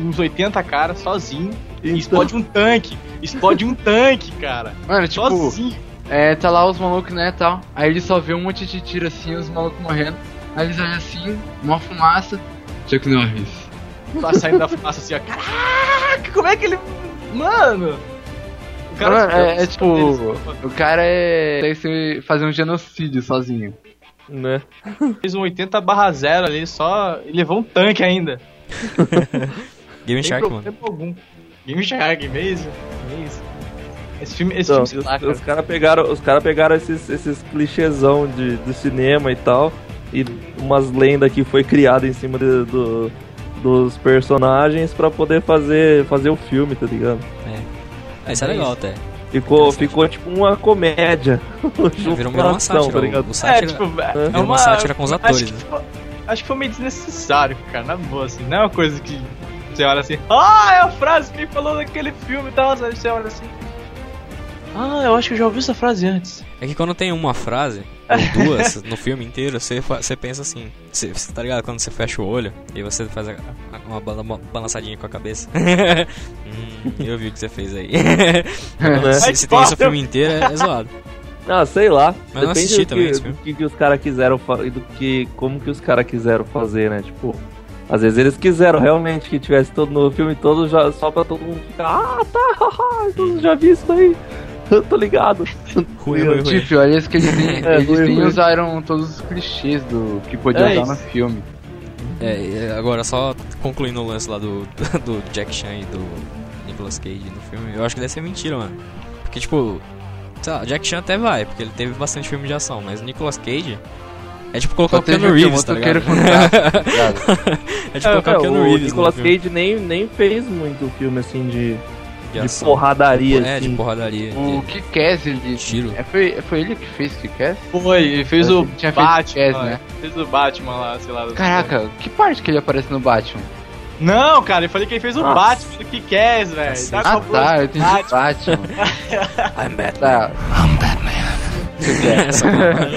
[SPEAKER 2] uns 80 caras sozinho.
[SPEAKER 1] Então.
[SPEAKER 2] E
[SPEAKER 3] Então,
[SPEAKER 2] explode um tanque. Explode um tanque, cara.
[SPEAKER 1] Mano, tipo,
[SPEAKER 2] sozinho.
[SPEAKER 1] é, tá lá os malucos, né, tal. Aí ele só vê um monte de tiro assim, os malucos morrendo. Aí eles olham assim, uma fumaça. Chuck Norris.
[SPEAKER 2] Tá saindo da fumaça assim, ó. Caraca, como é que ele. Mano! O
[SPEAKER 1] Mano, é, é tipo,
[SPEAKER 2] Eles-
[SPEAKER 3] né,
[SPEAKER 1] o cara é. Tem que fazer um genocídio sozinho.
[SPEAKER 3] né?
[SPEAKER 2] Fez um 80 barra 0 ali, só. E levou um tanque ainda.
[SPEAKER 4] Game
[SPEAKER 2] Sem
[SPEAKER 4] Shark, mano.
[SPEAKER 2] problema algum. Game é Shark, mesmo? Mesmo. Esse filme, esse
[SPEAKER 3] Então,
[SPEAKER 2] filme se lá,
[SPEAKER 3] os caras pegaram, os cara pegaram esses, esses clichêzão de, do cinema e tal, e umas lendas que foi criada em cima de- do, dos personagens pra poder fazer, fazer o filme, tá ligado?
[SPEAKER 4] Ah, isso é
[SPEAKER 2] É
[SPEAKER 4] legal até.
[SPEAKER 3] Ficou,
[SPEAKER 4] Interessante.
[SPEAKER 3] ficou tipo uma comédia.
[SPEAKER 4] Virou
[SPEAKER 3] *laughs*
[SPEAKER 4] uma
[SPEAKER 3] ação,
[SPEAKER 4] sátira.
[SPEAKER 3] tá ligado?
[SPEAKER 4] o- O
[SPEAKER 2] É,
[SPEAKER 4] sátira.
[SPEAKER 2] tipo,
[SPEAKER 3] Virou
[SPEAKER 2] é
[SPEAKER 4] uma
[SPEAKER 2] uma,
[SPEAKER 4] sátira com os atores, né?
[SPEAKER 2] Acho que, foi- acho que foi meio desnecessário, cara, na boa, assim. Não é uma coisa que você olha assim, ah, é a frase que ele falou naquele filme e tal, sabe? Você olha assim. Ah, eu acho que eu já ouvi essa frase antes.
[SPEAKER 4] É que quando tem uma *laughs* frase, ou duas, no filme inteiro, você, fa- você pensa assim. Você, você tá ligado? Quando você fecha o olho e você faz a- a- uma, bala- uma balançadinha com a cabeça. *laughs* hum, eu vi o que você fez aí. *laughs*
[SPEAKER 3] Né?
[SPEAKER 4] se, se tem isso o filme inteiro, é, é zoado.
[SPEAKER 3] Ah, sei lá.
[SPEAKER 4] Mas eu não
[SPEAKER 3] Depende
[SPEAKER 4] assisti
[SPEAKER 3] do
[SPEAKER 4] também
[SPEAKER 3] que,
[SPEAKER 4] esse filme.
[SPEAKER 3] do que, que os caras quiseram fa- e do que como que os caras quiseram fazer, né? Tipo, às vezes eles quiseram realmente que tivesse todo no filme todo já só pra todo mundo ficar, ah, tá, haha, eu já vi isso daí. *laughs* Eu tô ligado.
[SPEAKER 4] *laughs* Ruim, ruim, ruim.
[SPEAKER 1] Tipo, olha isso que eles nem,
[SPEAKER 3] *laughs* É,
[SPEAKER 1] eles
[SPEAKER 3] ruim,
[SPEAKER 1] nem
[SPEAKER 3] ruim.
[SPEAKER 1] usaram todos os clichês do que podia
[SPEAKER 3] É
[SPEAKER 1] usar
[SPEAKER 3] isso.
[SPEAKER 1] no filme.
[SPEAKER 4] É, é, agora, só concluindo o lance lá do, *laughs* do Jack Chan e do Nicolas Cage no filme, eu acho que deve ser mentira, mano. Porque, tipo, sei lá, o Jack Chan até vai, porque ele teve bastante filme de ação, mas o Nicolas Cage é tipo colocar
[SPEAKER 1] Só
[SPEAKER 4] o Keanu
[SPEAKER 1] teve um o quê?
[SPEAKER 4] Reeves, tá
[SPEAKER 1] é Motoqueiro
[SPEAKER 4] ligado?
[SPEAKER 1] Fantasma, tá ligado?
[SPEAKER 4] *laughs* É tipo colocar o
[SPEAKER 3] É,
[SPEAKER 4] Keanu
[SPEAKER 3] o
[SPEAKER 4] Reeves no
[SPEAKER 3] Nicolas
[SPEAKER 4] filme
[SPEAKER 3] Cage nem, nem fez muito filme assim de,
[SPEAKER 4] de
[SPEAKER 3] de
[SPEAKER 4] ação.
[SPEAKER 3] porradaria.
[SPEAKER 4] É,
[SPEAKER 3] assim.
[SPEAKER 4] de porradaria.
[SPEAKER 1] O que
[SPEAKER 4] de-
[SPEAKER 1] Kaz ele.
[SPEAKER 4] Tiro.
[SPEAKER 1] É, foi, foi ele que fez que Kaz?
[SPEAKER 2] Foi, ele fez o
[SPEAKER 1] Tinha feito
[SPEAKER 2] Batman,
[SPEAKER 1] jazz, né?
[SPEAKER 2] é. Fez o Batman lá, sei lá. do-
[SPEAKER 1] Caraca, É. que parte que ele aparece no Batman?
[SPEAKER 2] Não, cara, eu falei que ele fez o
[SPEAKER 3] Nossa.
[SPEAKER 2] Batman do Kikés, velho.
[SPEAKER 4] Cacete.
[SPEAKER 2] Tá
[SPEAKER 1] Ah
[SPEAKER 2] com-
[SPEAKER 1] tá, eu entendi Batman.
[SPEAKER 2] *laughs*
[SPEAKER 4] I'm Batman.
[SPEAKER 1] Tá.
[SPEAKER 4] Essa porra.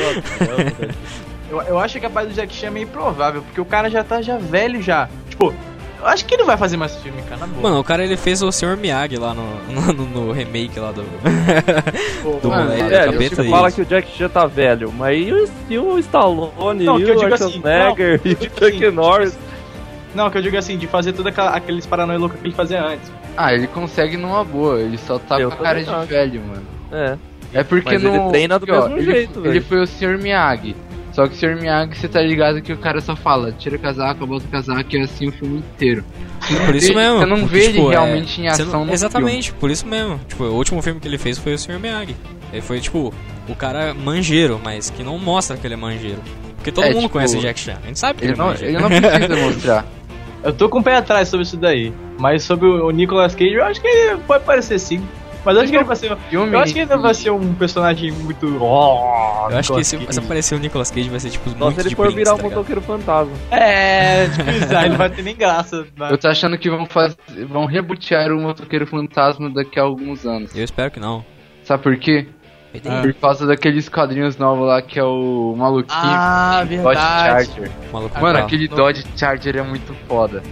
[SPEAKER 2] Eu, eu acho que a parte do Jack Chan é meio provável, porque o cara já tá já velho já. Tipo, eu acho que ele não vai fazer mais filme, cara, na boa.
[SPEAKER 4] Mano, o cara ele fez o Sr. Miyagi lá no, no, *laughs* no- no remake lá do. *laughs*
[SPEAKER 2] Pô,
[SPEAKER 4] do
[SPEAKER 1] Mano,
[SPEAKER 4] moleque,
[SPEAKER 1] é,
[SPEAKER 4] do
[SPEAKER 3] É,
[SPEAKER 4] capeta
[SPEAKER 3] você
[SPEAKER 4] e-
[SPEAKER 3] fala que o Jack Chan tá velho, mas e o, e o Stallone,
[SPEAKER 2] Não,
[SPEAKER 3] e
[SPEAKER 2] que eu
[SPEAKER 3] o
[SPEAKER 2] digo assim,
[SPEAKER 3] Schwarzenegger,
[SPEAKER 2] não,
[SPEAKER 3] *laughs* e
[SPEAKER 2] eu
[SPEAKER 3] o
[SPEAKER 2] digo
[SPEAKER 3] Chuck
[SPEAKER 2] assim,
[SPEAKER 3] Norris?
[SPEAKER 2] Não, que eu digo assim, de fazer toda aquela, aqueles paranoia louca que ele fazia antes.
[SPEAKER 1] Ah, ele consegue numa boa, ele só tá
[SPEAKER 3] Eu
[SPEAKER 1] com a cara
[SPEAKER 3] também
[SPEAKER 1] de
[SPEAKER 3] acho.
[SPEAKER 1] velho, mano.
[SPEAKER 3] É.
[SPEAKER 1] É porque
[SPEAKER 3] Mas ele
[SPEAKER 1] não.
[SPEAKER 3] treina do
[SPEAKER 1] porque, ó,
[SPEAKER 3] mesmo
[SPEAKER 1] ele,
[SPEAKER 3] jeito,
[SPEAKER 1] Ele
[SPEAKER 3] velho.
[SPEAKER 1] foi o Sr. Miyagi. Só que o Sr. Miyagi, você tá ligado que o cara só fala, tira o casaco, bota o casaco, e é assim o filme inteiro.
[SPEAKER 4] Por isso
[SPEAKER 1] Você
[SPEAKER 4] mesmo.
[SPEAKER 1] não
[SPEAKER 4] porque,
[SPEAKER 1] vê ele
[SPEAKER 4] tipo, é-
[SPEAKER 1] realmente em
[SPEAKER 4] você
[SPEAKER 1] ação no
[SPEAKER 4] Exatamente, por isso mesmo. Tipo, o último filme que ele fez foi o Sr. Miyagi. Ele foi, tipo, o cara manjeiro, mas que não mostra que ele é manjeiro. Porque todo
[SPEAKER 1] É,
[SPEAKER 4] mundo
[SPEAKER 1] tipo,
[SPEAKER 4] conhece o Jack Chan. A gente sabe que ele,
[SPEAKER 1] Ele não,
[SPEAKER 4] é manjeiro.
[SPEAKER 1] ele não precisa mostrar.
[SPEAKER 2] Eu tô com o pé atrás sobre isso daí. Mas sobre o o Nicolas Cage, eu acho que ele pode parecer sim. Mas eu acho que ele vai ser.
[SPEAKER 1] Filme,
[SPEAKER 2] Eu acho que ele não vai ser um personagem muito. oh,
[SPEAKER 4] Eu acho que se, se aparecer o Nicolas Cage vai ser tipo
[SPEAKER 3] Só se
[SPEAKER 4] muito
[SPEAKER 3] ele
[SPEAKER 4] de
[SPEAKER 3] for
[SPEAKER 4] Prince,
[SPEAKER 3] virar
[SPEAKER 4] tá
[SPEAKER 3] um
[SPEAKER 4] ligado?
[SPEAKER 3] motoqueiro
[SPEAKER 4] *laughs*
[SPEAKER 3] fantasma.
[SPEAKER 2] É, tipo, isso, aí ele vai ter nem *laughs* graça. né?
[SPEAKER 1] Eu tô achando que vão fazer. vão rebootear o motoqueiro fantasma daqui a alguns anos.
[SPEAKER 4] Eu espero que não. Ah,
[SPEAKER 1] Sabe por quê?
[SPEAKER 2] É.
[SPEAKER 1] Por causa daqueles quadrinhos novos lá que é o maluquinho.
[SPEAKER 2] Ah,
[SPEAKER 1] Dodge
[SPEAKER 2] verdade.
[SPEAKER 1] Charger.
[SPEAKER 4] O maluco vai
[SPEAKER 1] Mano,
[SPEAKER 4] pra lá.
[SPEAKER 1] aquele Dodge Charger é muito foda.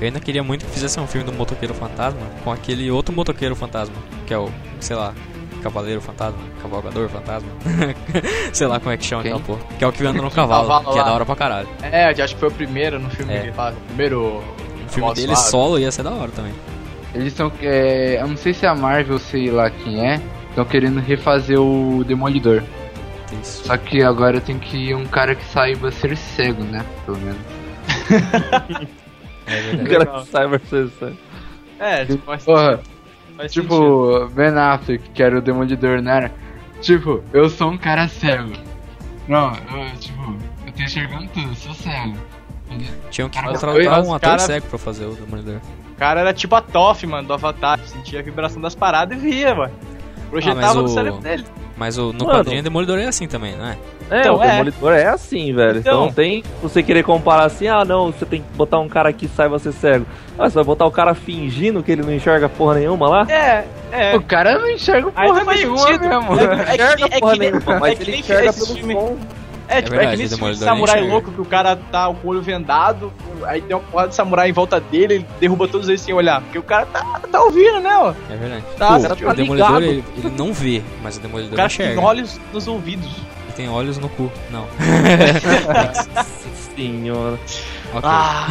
[SPEAKER 4] Eu ainda queria muito que fizesse um filme do motoqueiro fantasma com aquele outro motoqueiro fantasma, que é o, sei lá, cavaleiro fantasma, cavalgador fantasma. *laughs* sei lá como é que chama
[SPEAKER 1] Quem?
[SPEAKER 4] aquela porra. Que é o
[SPEAKER 1] *laughs*
[SPEAKER 4] que anda no cavalo,
[SPEAKER 2] Cavalo
[SPEAKER 4] que é
[SPEAKER 2] lá.
[SPEAKER 4] da hora pra caralho.
[SPEAKER 2] É, eu acho que foi o primeiro no filme
[SPEAKER 4] É.
[SPEAKER 2] dele lá. O primeiro.
[SPEAKER 4] Um filme
[SPEAKER 2] Nossa,
[SPEAKER 4] dele
[SPEAKER 2] lá.
[SPEAKER 4] solo ia ser da hora também.
[SPEAKER 1] Eles estão. É, eu não sei se é a Marvel, sei lá quem é. Estão querendo refazer o Demolidor.
[SPEAKER 4] Isso.
[SPEAKER 1] Só que agora tem que ir um cara que saiba ser cego, né? Pelo menos.
[SPEAKER 3] O
[SPEAKER 4] É verdade.
[SPEAKER 3] cara que né? saiba ser sério.
[SPEAKER 2] É, tipo, faz,
[SPEAKER 1] Porra,
[SPEAKER 2] faz sentido.
[SPEAKER 1] tipo, Ben Affleck, que era o Demolidor, não era? Tipo, eu sou um cara cego. Não, eu, tipo, eu tô enxergando tudo, eu sou cego.
[SPEAKER 4] Tinham que
[SPEAKER 1] Cara,
[SPEAKER 4] contratar
[SPEAKER 2] os
[SPEAKER 4] um ator
[SPEAKER 2] cara-
[SPEAKER 4] cego pra fazer o Demolidor.
[SPEAKER 2] O cara era tipo a Toff, mano, do Avatar. Sentia a vibração das paradas e via, mano. Projetava
[SPEAKER 4] Ah,
[SPEAKER 2] no
[SPEAKER 4] mas o-
[SPEAKER 2] cérebro dele.
[SPEAKER 4] Mas o, no
[SPEAKER 3] Mano.
[SPEAKER 4] quadrinho Demolidor é assim também, não é?
[SPEAKER 3] É,
[SPEAKER 2] Então,
[SPEAKER 3] o
[SPEAKER 2] é.
[SPEAKER 3] Demolidor é assim, velho. Então,
[SPEAKER 2] Então.
[SPEAKER 3] não tem você querer comparar assim, ah, não, você tem que botar um cara que saiba ser cego. Ah, você vai botar o cara fingindo que ele não enxerga porra nenhuma
[SPEAKER 2] *laughs*
[SPEAKER 3] lá?
[SPEAKER 2] É, é.
[SPEAKER 1] O cara não enxerga
[SPEAKER 2] Aí
[SPEAKER 1] porra
[SPEAKER 2] não faz
[SPEAKER 1] nenhuma né,
[SPEAKER 2] sentido.
[SPEAKER 1] mesmo.
[SPEAKER 2] É, é que-
[SPEAKER 3] enxerga
[SPEAKER 2] é que-
[SPEAKER 3] porra
[SPEAKER 2] é que-
[SPEAKER 3] nenhuma,
[SPEAKER 2] é
[SPEAKER 3] mas
[SPEAKER 2] que
[SPEAKER 3] ele
[SPEAKER 2] nem
[SPEAKER 3] enxerga
[SPEAKER 2] esse
[SPEAKER 3] pelo
[SPEAKER 2] filme.
[SPEAKER 3] som.
[SPEAKER 2] É, tipo, é
[SPEAKER 4] verdade,
[SPEAKER 2] que nesse filme de
[SPEAKER 4] Demolidor nem
[SPEAKER 2] samurai
[SPEAKER 4] enxerga.
[SPEAKER 2] louco que o cara tá com o olho vendado, aí tem uma porrada de samurai em volta dele, ele derruba todos eles sem olhar. Porque o cara tá, tá ouvindo, né, ó.
[SPEAKER 4] É verdade.
[SPEAKER 2] Tá,
[SPEAKER 4] Pô,
[SPEAKER 2] cara,
[SPEAKER 3] tá
[SPEAKER 4] o Demolidor
[SPEAKER 3] ligado.
[SPEAKER 4] ele, ele não vê, mas o
[SPEAKER 2] O
[SPEAKER 4] Demolidor
[SPEAKER 2] cara tem
[SPEAKER 4] enxerga.
[SPEAKER 2] olhos nos ouvidos.
[SPEAKER 4] Ele tem olhos no cu. Não.
[SPEAKER 3] Senhora.
[SPEAKER 4] Ok.
[SPEAKER 2] Ah,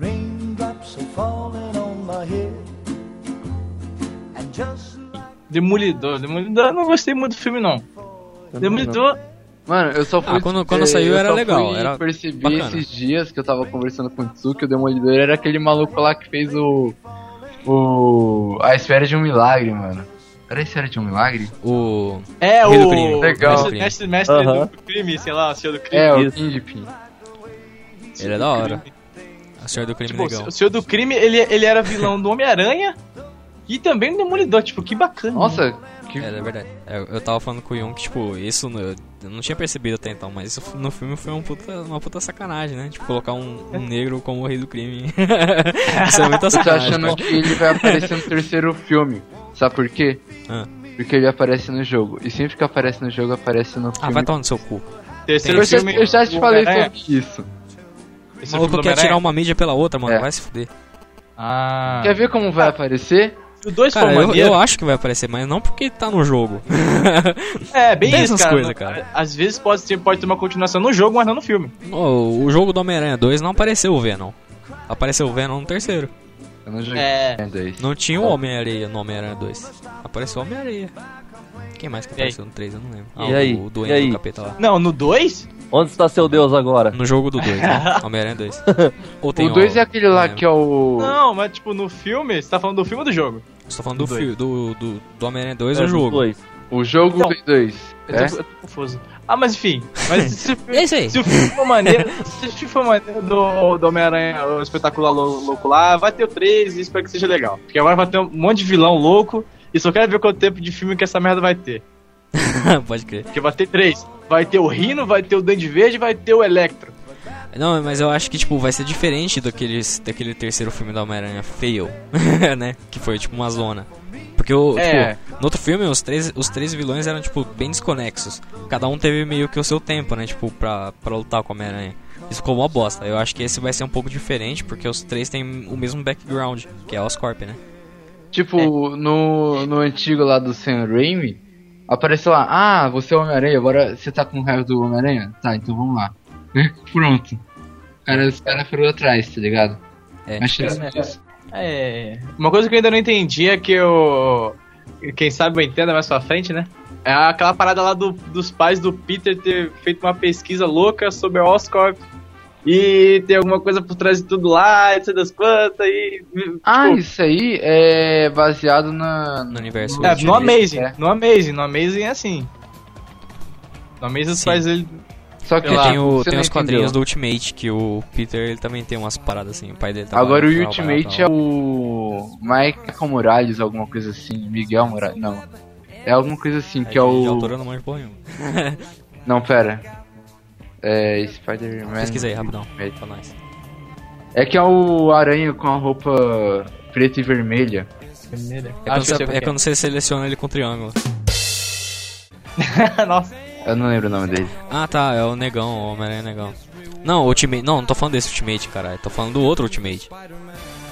[SPEAKER 6] Raindrops are falling on my head. And just like
[SPEAKER 2] *laughs* Demolidor. Demolidor, eu não gostei muito do filme, não. Demolidor,
[SPEAKER 1] Mano, eu só fui.
[SPEAKER 4] Ah, quando- quando
[SPEAKER 1] eh,
[SPEAKER 4] saiu
[SPEAKER 1] eu
[SPEAKER 4] era
[SPEAKER 1] só
[SPEAKER 4] legal,
[SPEAKER 1] fui
[SPEAKER 4] era
[SPEAKER 1] percebi
[SPEAKER 4] bacana.
[SPEAKER 1] esses dias que eu tava conversando com o Tsu que o Demolidor era aquele maluco lá que fez o. O. A Esfera de um Milagre, mano. Era a Esfera de um Milagre?
[SPEAKER 4] O.
[SPEAKER 2] é
[SPEAKER 4] Rei do
[SPEAKER 2] o.
[SPEAKER 4] crime.
[SPEAKER 1] Legal.
[SPEAKER 2] Mestre, mestre, mestre
[SPEAKER 3] Aham.
[SPEAKER 2] do crime, sei lá, o senhor do crime.
[SPEAKER 1] É, o
[SPEAKER 3] Isso.
[SPEAKER 1] Kingpin.
[SPEAKER 4] Ele é da hora. A Senhora do Crime
[SPEAKER 2] Tipo,
[SPEAKER 4] Negão.
[SPEAKER 2] o senhor do crime, ele, ele era vilão do Homem-Aranha e também do Demolidor. Tipo, que bacana.
[SPEAKER 1] Nossa, que.
[SPEAKER 4] É, é verdade. Eu, eu tava falando com o Yon que, tipo, isso no- eu não tinha percebido até então, mas isso no filme foi um puta- uma puta sacanagem, né? Tipo, colocar um, um negro como o rei do crime. *laughs* isso
[SPEAKER 1] *laughs*
[SPEAKER 4] é muita
[SPEAKER 1] eu tô
[SPEAKER 4] sacanagem.
[SPEAKER 1] tá achando
[SPEAKER 4] cara.
[SPEAKER 1] que ele vai aparecer no terceiro filme. Sabe por quê?
[SPEAKER 4] Ah.
[SPEAKER 1] Porque ele aparece no jogo. E sempre que aparece no jogo, aparece no
[SPEAKER 4] Ah,
[SPEAKER 1] filme.
[SPEAKER 4] vai tomar no seu cu.
[SPEAKER 2] Terceiro
[SPEAKER 1] eu, já,
[SPEAKER 2] filme.
[SPEAKER 1] eu já te
[SPEAKER 2] do
[SPEAKER 1] falei
[SPEAKER 2] Homem-Aranha.
[SPEAKER 1] sobre isso.
[SPEAKER 4] O
[SPEAKER 2] Esse filme do
[SPEAKER 4] maluco quer
[SPEAKER 2] Homem-Aranha.
[SPEAKER 4] tirar uma mídia pela outra, mano.
[SPEAKER 1] É.
[SPEAKER 4] Vai se fuder. É.
[SPEAKER 2] Ah.
[SPEAKER 1] Quer ver como vai aparecer?
[SPEAKER 2] O 2 foi
[SPEAKER 4] Cara, eu,
[SPEAKER 2] maneiro.
[SPEAKER 4] eu acho que vai aparecer, mas não porque tá no jogo. *laughs*
[SPEAKER 2] É, bem
[SPEAKER 4] Tem
[SPEAKER 2] isso,
[SPEAKER 4] essas
[SPEAKER 2] cara.
[SPEAKER 4] coisas,
[SPEAKER 2] Não-
[SPEAKER 4] cara.
[SPEAKER 2] Às vezes pode, ter, pode ter uma continuação no jogo, mas não no filme.
[SPEAKER 4] o, o jogo do Homem-Aranha 2 não apareceu o Venom. Apareceu o Venom no terceiro.
[SPEAKER 1] Eu não joguei
[SPEAKER 2] É.
[SPEAKER 1] ainda isso.
[SPEAKER 4] Não tinha o Homem-Areia no Homem-Aranha 2. Apareceu o Homem-Areia. Quem mais que
[SPEAKER 2] E aí?
[SPEAKER 4] apareceu no 3? Eu não lembro. Ah,
[SPEAKER 3] E aí?
[SPEAKER 4] o, o
[SPEAKER 3] E
[SPEAKER 4] Duende
[SPEAKER 3] aí?
[SPEAKER 4] do Capeta lá.
[SPEAKER 2] Não, no 2?
[SPEAKER 3] Onde está seu Deus agora?
[SPEAKER 4] No jogo do 2,
[SPEAKER 2] *laughs*
[SPEAKER 4] né?
[SPEAKER 3] *laughs*
[SPEAKER 4] Homem-Aranha 2. Ou tem
[SPEAKER 1] O 2 é aquele lá
[SPEAKER 4] né?
[SPEAKER 1] que é o.
[SPEAKER 2] Não, mas tipo, no filme, você tá falando do filme ou do jogo?
[SPEAKER 4] Estou falando do,
[SPEAKER 2] do
[SPEAKER 4] fio, do, do, do Homem-Aranha 2
[SPEAKER 3] É,
[SPEAKER 4] é o
[SPEAKER 3] dos
[SPEAKER 4] jogo.
[SPEAKER 3] dois.
[SPEAKER 1] O jogo
[SPEAKER 2] Não. tipo-
[SPEAKER 1] tem dois.
[SPEAKER 2] Eu,
[SPEAKER 1] É?
[SPEAKER 2] tô, eu tô confuso. Ah, mas enfim. Mas se, o filme-
[SPEAKER 4] É isso aí.
[SPEAKER 2] se o filme for maneiro, se o filme for maneiro do, do Homem-Aranha, o espetacular lou- louco lá, vai ter o 3 e espero que seja legal. Porque agora vai ter um monte de vilão louco e só quero ver quanto tempo de filme que essa merda vai ter.
[SPEAKER 4] *laughs* Pode crer.
[SPEAKER 2] Porque vai ter três. Vai ter o Rino, vai ter o Dende Verde e vai ter o Electro.
[SPEAKER 4] Não, mas eu acho que, tipo, vai ser diferente daqueles, daquele terceiro filme do Homem-Aranha, Fail, *laughs* né? Que foi, tipo, uma zona. Porque, o,
[SPEAKER 2] É.
[SPEAKER 4] tipo, no outro filme, os três, os três vilões eram, tipo, bem desconexos. Cada um teve meio que o seu tempo, né? Tipo, pra, pra lutar com o Homem-Aranha. Isso ficou uma bosta. Eu acho que esse vai ser um pouco diferente, porque os três têm o mesmo background, que é o Oscorp, né?
[SPEAKER 1] Tipo,
[SPEAKER 2] é.
[SPEAKER 1] no, no antigo lá do Sam Raimi, apareceu lá, ah, você é o Homem-Aranha, agora você tá com raiva do Homem-Aranha? Tá, então vamos lá. *laughs* Pronto. Cara, os caras foram atrás, tá ligado?
[SPEAKER 4] É.
[SPEAKER 1] Mas tirando isso,
[SPEAKER 2] É. Uma coisa que eu ainda não entendi é que o. Quem sabe eu entenda mais pra frente, né? É aquela parada lá do- dos pais do Peter ter feito uma pesquisa louca sobre a Oscorp. E tem alguma coisa por trás de tudo lá, etc. das quantas, e.
[SPEAKER 1] Ah,
[SPEAKER 2] tipo,
[SPEAKER 1] isso aí é baseado na.
[SPEAKER 4] No universo.
[SPEAKER 2] É, no
[SPEAKER 4] original.
[SPEAKER 2] Amazing,
[SPEAKER 1] é.
[SPEAKER 2] no Amazing, no Amazing é assim. No Amazing
[SPEAKER 4] Sim.
[SPEAKER 2] faz ele.
[SPEAKER 1] Só que
[SPEAKER 4] Tem,
[SPEAKER 1] lá,
[SPEAKER 4] o,
[SPEAKER 1] você
[SPEAKER 4] tem
[SPEAKER 1] não
[SPEAKER 4] os quadrinhos
[SPEAKER 1] entendeu.
[SPEAKER 4] do Ultimate, que o Peter ele também tem umas paradas assim, o pai dele tá
[SPEAKER 1] Agora
[SPEAKER 4] lá,
[SPEAKER 1] o
[SPEAKER 4] tá lá,
[SPEAKER 1] Ultimate
[SPEAKER 4] tá
[SPEAKER 1] é
[SPEAKER 4] lá.
[SPEAKER 1] o. Michael Morales, alguma coisa assim. Miguel Morales. Não. É alguma coisa assim,
[SPEAKER 4] Aí
[SPEAKER 1] que é
[SPEAKER 4] De
[SPEAKER 1] o.
[SPEAKER 4] autor eu não manjo porra nenhuma.
[SPEAKER 1] Não, pera. É. Spider-Man.
[SPEAKER 4] Pesquisa aí, rapidão.
[SPEAKER 1] Ultimate.
[SPEAKER 4] Pra nós.
[SPEAKER 1] É que é o Aranha com a roupa preta e vermelha.
[SPEAKER 4] É quando,
[SPEAKER 2] eu
[SPEAKER 4] você,
[SPEAKER 2] sei qual
[SPEAKER 4] é
[SPEAKER 2] que
[SPEAKER 4] quando você seleciona ele com triângulo.
[SPEAKER 2] é. *laughs* Nossa.
[SPEAKER 1] Eu não lembro o nome dele.
[SPEAKER 4] Ah tá, é o negão, o Homem-Aranha negão. Não, Ultimate. Não, não tô falando desse Ultimate, caralho. Tô falando do outro Ultimate.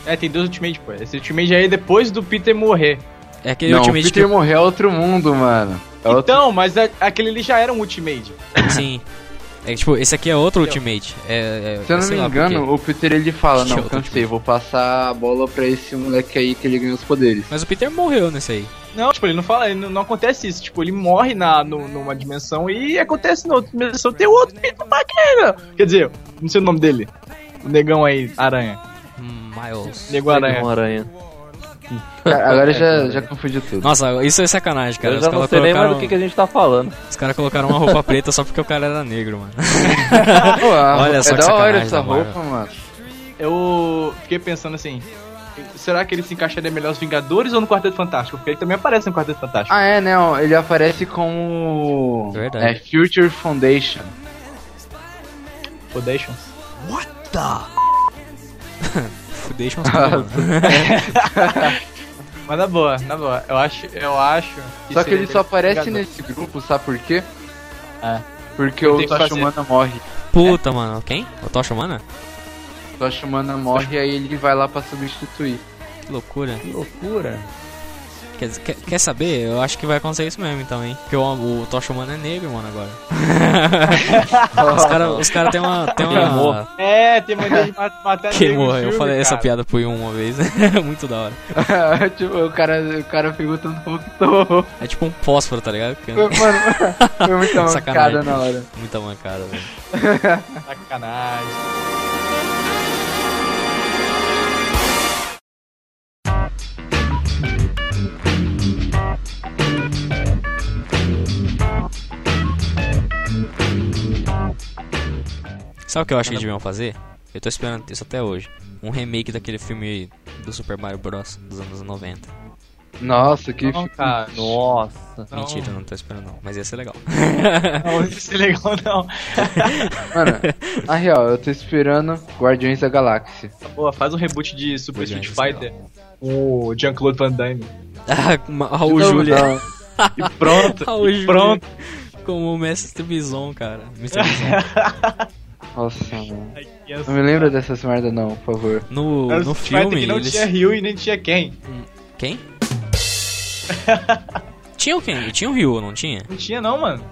[SPEAKER 2] É, tem dois Ultimate, pô. Esse Ultimate aí é depois do Peter morrer.
[SPEAKER 4] É aquele
[SPEAKER 1] não, o
[SPEAKER 4] Ultimate
[SPEAKER 1] Peter morreu é outro mundo, mano. É outro...
[SPEAKER 2] Então, mas a- aquele ali já era um Ultimate.
[SPEAKER 4] que. Sim. É tipo, esse aqui é outro Ultimate. É, é,
[SPEAKER 1] Se eu não
[SPEAKER 4] sei
[SPEAKER 1] me
[SPEAKER 4] lá por quê.
[SPEAKER 1] engano, o Peter ele fala,
[SPEAKER 4] Que
[SPEAKER 1] não,
[SPEAKER 4] outro
[SPEAKER 1] cansei, vou passar a bola pra esse moleque aí que ele ganha os
[SPEAKER 4] *laughs*
[SPEAKER 1] poderes.
[SPEAKER 4] Mas o Peter morreu nesse aí.
[SPEAKER 2] Não, tipo, ele não fala, ele não, não acontece isso. Tipo, ele morre na, no- numa dimensão e acontece na outra dimensão. Tem outro Peter Parker. Quer dizer, não sei o nome dele. O negão aí, aranha.
[SPEAKER 4] Hum, Miles.
[SPEAKER 2] Nego aranha.
[SPEAKER 3] Um aranha.
[SPEAKER 1] Cara, Agora já,
[SPEAKER 4] É,
[SPEAKER 1] já confundiu tudo.
[SPEAKER 4] Nossa, isso é sacanagem, cara.
[SPEAKER 3] eu
[SPEAKER 4] Os
[SPEAKER 3] já não
[SPEAKER 4] caras
[SPEAKER 3] sei nem mais
[SPEAKER 4] colocaram,
[SPEAKER 3] do que, que a gente tá falando.
[SPEAKER 4] os caras colocaram uma roupa preta só porque o cara era negro, mano. *laughs*
[SPEAKER 1] Pô, a-
[SPEAKER 4] Olha
[SPEAKER 1] é
[SPEAKER 4] só que
[SPEAKER 1] da hora
[SPEAKER 4] sacanagem
[SPEAKER 1] essa
[SPEAKER 4] da Marvel.
[SPEAKER 1] roupa, mano.
[SPEAKER 2] Eu fiquei pensando assim. Será que ele se encaixaria melhor nos Vingadores ou no Quarteto Fantástico? Porque ele também aparece no Quarteto Fantástico.
[SPEAKER 1] Ah, é, né? ó, Ele aparece como.
[SPEAKER 4] Verdade.
[SPEAKER 1] É, Future Foundation.
[SPEAKER 2] Ah. Foundation.
[SPEAKER 4] Deixa
[SPEAKER 1] *laughs*
[SPEAKER 4] uns caras.
[SPEAKER 2] Mas na boa, na boa. Eu acho. Eu acho
[SPEAKER 1] só que
[SPEAKER 2] seria
[SPEAKER 1] ele só aparece
[SPEAKER 2] Vingador.
[SPEAKER 1] nesse grupo, sabe por quê?
[SPEAKER 2] É.
[SPEAKER 1] Porque
[SPEAKER 2] Ele
[SPEAKER 1] o
[SPEAKER 2] tem que
[SPEAKER 1] Tocha
[SPEAKER 2] fazer.
[SPEAKER 1] Humana morre.
[SPEAKER 4] Puta, mano. Quem? O Tocha Humana?
[SPEAKER 1] O Tocha Humana morre e aí ele vai lá pra substituir. *laughs*
[SPEAKER 4] Que loucura.
[SPEAKER 5] Que loucura.
[SPEAKER 4] Quer, dizer, quer, quer saber? Eu acho que vai acontecer isso mesmo então, hein? Porque o, o Tocha Humana é negro, mano, agora. os caras os cara tem uma. Tem uma
[SPEAKER 3] Queimou.
[SPEAKER 2] É, tem muita gente mat- matando ele no
[SPEAKER 4] *laughs* Queimou, eu
[SPEAKER 2] filme,
[SPEAKER 4] falei essa
[SPEAKER 2] cara.
[SPEAKER 4] piada pro Yun uma vez, *laughs* é muito da hora.
[SPEAKER 1] tipo, o cara, o cara pegou tanto fogo que tomou.
[SPEAKER 4] É tipo um fósforo, tá ligado? Que-
[SPEAKER 1] Foi, mano, foi
[SPEAKER 2] *laughs*
[SPEAKER 1] muito
[SPEAKER 4] Sacanagem.
[SPEAKER 1] mancada na hora.
[SPEAKER 4] Muita mancada, velho.
[SPEAKER 2] Sacanagem.
[SPEAKER 4] Sabe o que eu acho que eles deviam fazer? Eu tô esperando isso até hoje. Um remake daquele filme do Super Mario Bros. dos anos 90.
[SPEAKER 1] Nossa, que
[SPEAKER 2] Não,
[SPEAKER 1] fi-
[SPEAKER 2] cara.
[SPEAKER 3] Nossa.
[SPEAKER 2] Não.
[SPEAKER 4] Mentira, não tô esperando não, mas ia
[SPEAKER 2] *laughs*
[SPEAKER 4] ser legal.
[SPEAKER 2] Não, isso é legal não.
[SPEAKER 1] Mano, na real, eu tô esperando Guardiões da Galáxia.
[SPEAKER 2] Pô, faz um reboot de Super
[SPEAKER 4] Pois é,
[SPEAKER 2] Street
[SPEAKER 4] isso é
[SPEAKER 2] Fighter com o Jean-Claude Van Damme.
[SPEAKER 4] Ah, com uma- Raul
[SPEAKER 1] Não,
[SPEAKER 4] Júlia.
[SPEAKER 1] não.
[SPEAKER 2] E *laughs* pronto,
[SPEAKER 4] Raul Júlia.
[SPEAKER 2] pronto.
[SPEAKER 4] Como o Mestre Bison, cara. Mestre Bison.
[SPEAKER 1] Nossa, mano. Não me lembra dessas merda não, por favor.
[SPEAKER 4] No,
[SPEAKER 2] Era um
[SPEAKER 4] no
[SPEAKER 2] Street Fighter
[SPEAKER 4] filme,
[SPEAKER 2] que não
[SPEAKER 4] eles...
[SPEAKER 2] tinha Ryu e nem tinha Ken. *laughs*
[SPEAKER 4] Quem? tinha o quem? Tinha o Ryu, não tinha?
[SPEAKER 2] Não tinha não, mano.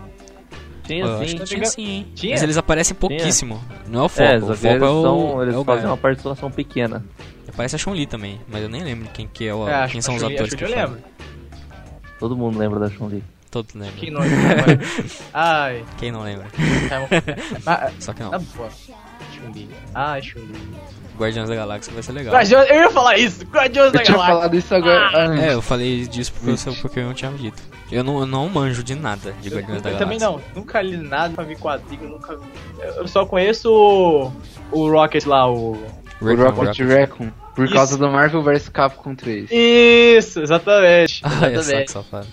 [SPEAKER 3] Tinha
[SPEAKER 4] eu acho
[SPEAKER 3] sim.
[SPEAKER 4] que
[SPEAKER 2] tá
[SPEAKER 4] tinha
[SPEAKER 2] ligado?
[SPEAKER 4] sim, hein?
[SPEAKER 2] Tinha?
[SPEAKER 4] Mas eles aparecem pouquíssimo. Não é o foco.
[SPEAKER 3] é,
[SPEAKER 4] o
[SPEAKER 3] só que
[SPEAKER 4] foco
[SPEAKER 3] eles,
[SPEAKER 4] é o.
[SPEAKER 3] são, eles
[SPEAKER 4] é o
[SPEAKER 3] fazem
[SPEAKER 4] Gaio.
[SPEAKER 3] uma participação pequena.
[SPEAKER 4] Aparece a Chun-Li também, mas eu nem lembro quem que é o,
[SPEAKER 2] É, acho-
[SPEAKER 4] quem são os
[SPEAKER 2] acho que-
[SPEAKER 4] atores
[SPEAKER 2] acho
[SPEAKER 4] que
[SPEAKER 2] que eu
[SPEAKER 4] fazem.
[SPEAKER 2] lembro.
[SPEAKER 3] Todo mundo lembra da
[SPEAKER 4] *laughs*
[SPEAKER 3] Chun-Li.
[SPEAKER 4] Todos lembram.
[SPEAKER 2] Quem
[SPEAKER 4] Quem
[SPEAKER 2] não lembra? Ai, *laughs*
[SPEAKER 4] não, lembra?
[SPEAKER 2] tá bom. Mas,
[SPEAKER 4] Só que não.
[SPEAKER 2] Tá boa. Chun-Li. Ai,
[SPEAKER 4] Tá.
[SPEAKER 2] Chun-Li.
[SPEAKER 4] Guardiões da Galáxia vai ser legal.
[SPEAKER 2] Guardiões- Eu ia falar isso. Guardiões da
[SPEAKER 1] Eu tinha
[SPEAKER 2] Galáxia.
[SPEAKER 1] falado isso agora antes.
[SPEAKER 4] É, eu falei disso porque eu, porque eu não tinha dito. Eu não, eu não manjo de nada de Guardiões da
[SPEAKER 2] Eu
[SPEAKER 4] Galáxia.
[SPEAKER 2] também não, nunca li nada, nunca vi quadrinho, nunca vi. Eu só conheço o, o Rocket lá, o.
[SPEAKER 1] O
[SPEAKER 4] Rocket,
[SPEAKER 1] Rocket
[SPEAKER 4] Rocket.
[SPEAKER 1] Raccoon. Por
[SPEAKER 2] Isso.
[SPEAKER 1] causa do Marvel vs Capcom 3.
[SPEAKER 2] Isso,
[SPEAKER 4] *laughs*
[SPEAKER 2] exatamente.
[SPEAKER 4] Ah, *laughs* é só que
[SPEAKER 2] exatamente.
[SPEAKER 4] safado.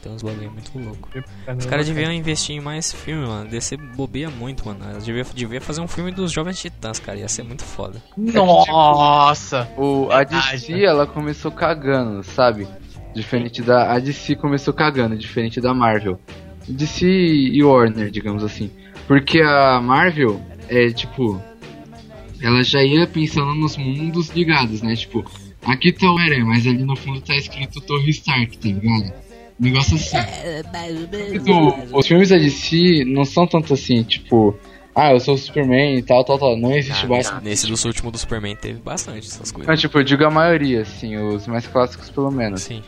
[SPEAKER 4] Tem uns bagulho muito louco. Os caras deviam investir em mais filme, mano. DC bobeia muito, mano. Eles deviam, devia fazer um filme dos Jovens Titãs, cara. Ia ser muito foda.
[SPEAKER 2] Nossa!
[SPEAKER 1] O, a
[SPEAKER 2] Verdade,
[SPEAKER 1] DC,
[SPEAKER 2] né?
[SPEAKER 1] ela começou cagando, sabe? Diferente da... A DC começou cagando, diferente da Marvel. DC e Warner, digamos assim. Porque a Marvel é, tipo... Ela já ia pensando nos mundos ligados, né? Tipo, aqui tá o Aranha, mas ali no fundo tá escrito Torre Stark, tá ligado? Um negócio assim. Tipo, os filmes da DC não são tanto assim, tipo... Ah, eu sou o Superman e tal, tal, tal. Não existe
[SPEAKER 4] Ah,
[SPEAKER 1] Batman.
[SPEAKER 4] nesse do último do Superman teve bastante essas coisas.
[SPEAKER 1] Não, tipo, eu digo a maioria, assim, os mais clássicos pelo menos.
[SPEAKER 4] Sim.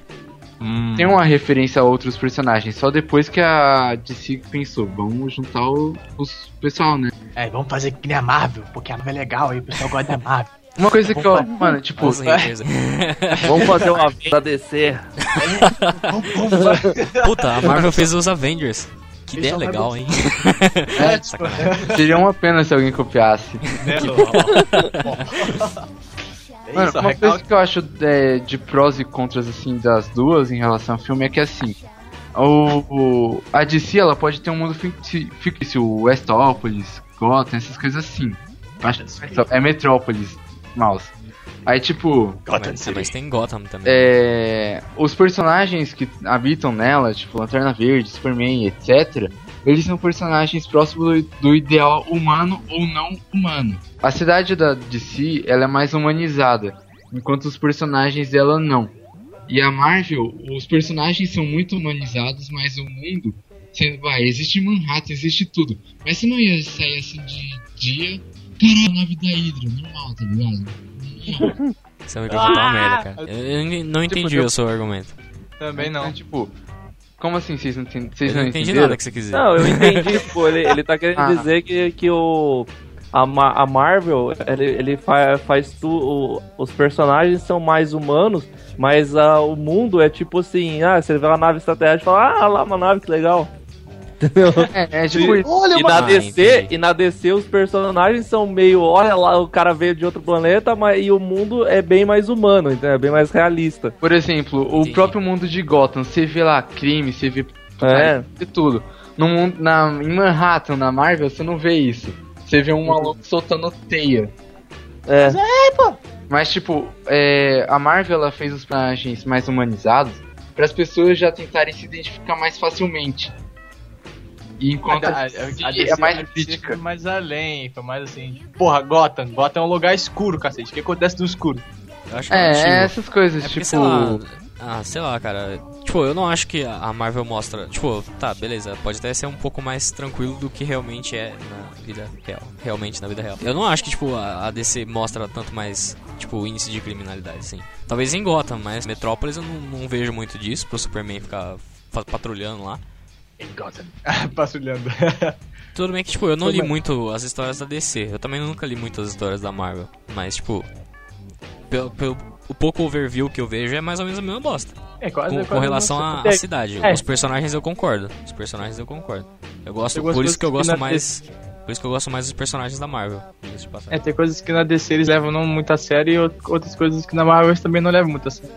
[SPEAKER 4] Hum,
[SPEAKER 1] tem uma referência a outros personagens. Só depois que a DC pensou, vamos juntar o, os pessoal, né?
[SPEAKER 7] É, vamos fazer que nem a Marvel, porque a Marvel é legal aí, o pessoal gosta da Marvel.
[SPEAKER 1] Uma coisa que eu, mano, tipo,
[SPEAKER 4] os haters.
[SPEAKER 3] Vamos fazer um uma da DC.
[SPEAKER 4] Puta, a Marvel fez os Avengers. Que ideia
[SPEAKER 7] Isso é
[SPEAKER 4] legal, hein?
[SPEAKER 1] é,
[SPEAKER 2] tipo,
[SPEAKER 1] seria uma pena se alguém copiasse.
[SPEAKER 7] *laughs*
[SPEAKER 1] Mano,
[SPEAKER 2] É Isso,
[SPEAKER 1] uma
[SPEAKER 2] recalque.
[SPEAKER 1] coisa que eu acho é, de prós e contras assim das duas em relação ao filme é que assim, o, o- a DC ela pode ter um mundo ficti- fictício, Westópolis, Gotham, essas coisas assim. Acho que é Metrópolis, mouse. Aí tipo,
[SPEAKER 7] Gotham
[SPEAKER 4] Mas, é, mas
[SPEAKER 7] City.
[SPEAKER 4] tem Gotham também.
[SPEAKER 1] é, os personagens que habitam nela, tipo Lanterna Verde, Superman, etc., eles são personagens próximos do, do ideal humano ou não humano. A cidade da DC ela é mais humanizada, enquanto os personagens dela não. E a Marvel, os personagens são muito humanizados, mas o mundo. Você vai, existe Manhattan, existe tudo. Mas você não ia sair assim de dia. Caralho, a nave da Hydra, normal, tá ligado?
[SPEAKER 4] Seu argumento é uma merda, cara. Eu, eu não entendi
[SPEAKER 1] eu-
[SPEAKER 4] o seu argumento.
[SPEAKER 2] Também
[SPEAKER 1] Então,
[SPEAKER 2] não.
[SPEAKER 1] tipo, como assim vocês não, enten- vocês
[SPEAKER 4] Eu não entendi nada que você quis dizer.
[SPEAKER 3] Não, eu
[SPEAKER 4] *laughs*
[SPEAKER 3] entendi, tipo, ele, ele tá querendo
[SPEAKER 1] Ah.
[SPEAKER 3] dizer que, que o. A, Ma- a Marvel, ele, ele fa- faz tu. o- os personagens são mais humanos, mas ah, o mundo é tipo assim, ah, você vê uma nave estratégica e fala, ah, lá uma nave, que legal.
[SPEAKER 1] *laughs* É, é tipo isso.
[SPEAKER 7] Olha,
[SPEAKER 3] E na,
[SPEAKER 4] Ah,
[SPEAKER 3] DC,
[SPEAKER 4] entendi.
[SPEAKER 3] e na DC os personagens são meio, olha lá, o cara veio de outro planeta, mas e o mundo é bem mais humano, então é bem mais realista.
[SPEAKER 1] Por exemplo,
[SPEAKER 4] Entendi.
[SPEAKER 1] o próprio mundo de Gotham, você vê lá crime, você vê
[SPEAKER 3] É.
[SPEAKER 1] de tudo. No mundo, na, em Manhattan, na Marvel, você não vê isso. Você vê um maluco soltando teia.
[SPEAKER 3] É.
[SPEAKER 1] Mas, tipo, é, a Marvel ela fez os personagens mais humanizados para as pessoas já tentarem se identificar mais facilmente. E enquanto a, DC
[SPEAKER 2] assim,
[SPEAKER 1] é mais crítica.
[SPEAKER 2] Foi mais além, foi mais assim. Porra, Gotham. Gotham é um lugar escuro, cacete. O que acontece no escuro?
[SPEAKER 4] Eu acho
[SPEAKER 1] É,
[SPEAKER 4] antigo.
[SPEAKER 1] essas coisas,
[SPEAKER 4] É porque,
[SPEAKER 1] tipo.
[SPEAKER 4] sei lá, ah, sei lá, cara. Tipo, eu não acho que a Marvel mostra. Tipo, tá, beleza. Pode até ser um pouco mais tranquilo do que realmente é na vida real. Realmente na vida real. Eu não acho que, tipo, a a DC mostra tanto mais, tipo, o índice de criminalidade, assim. Talvez em Gotham, mas Metrópolis eu não, não vejo muito disso, pro Superman ficar fa- patrulhando lá.
[SPEAKER 7] Em
[SPEAKER 2] *laughs*
[SPEAKER 7] Gotham.
[SPEAKER 2] Passulhando.
[SPEAKER 4] Tudo bem que, tipo, eu não li muito as histórias da DC. Eu também nunca li muito as histórias da Marvel. Mas, tipo, pelo, pelo- o pouco overview que eu vejo é mais ou menos a mesma bosta.
[SPEAKER 2] É, quase, quase assim.
[SPEAKER 4] com,
[SPEAKER 2] É.
[SPEAKER 4] com relação
[SPEAKER 2] uma-
[SPEAKER 4] à
[SPEAKER 3] É.
[SPEAKER 4] à cidade. Os personagens eu concordo. Os personagens eu concordo. Eu gosto,
[SPEAKER 2] Eu gosto
[SPEAKER 4] por isso que eu
[SPEAKER 2] dos
[SPEAKER 4] gosto mais.
[SPEAKER 2] personagens
[SPEAKER 4] Por isso que eu gosto mais dos personagens da Marvel. diga-se de
[SPEAKER 2] É,
[SPEAKER 4] passagem.
[SPEAKER 2] tem coisas que na DC eles levam não muito a sério e out- outras coisas que na Marvel eles também *laughs* não levam muito a sério.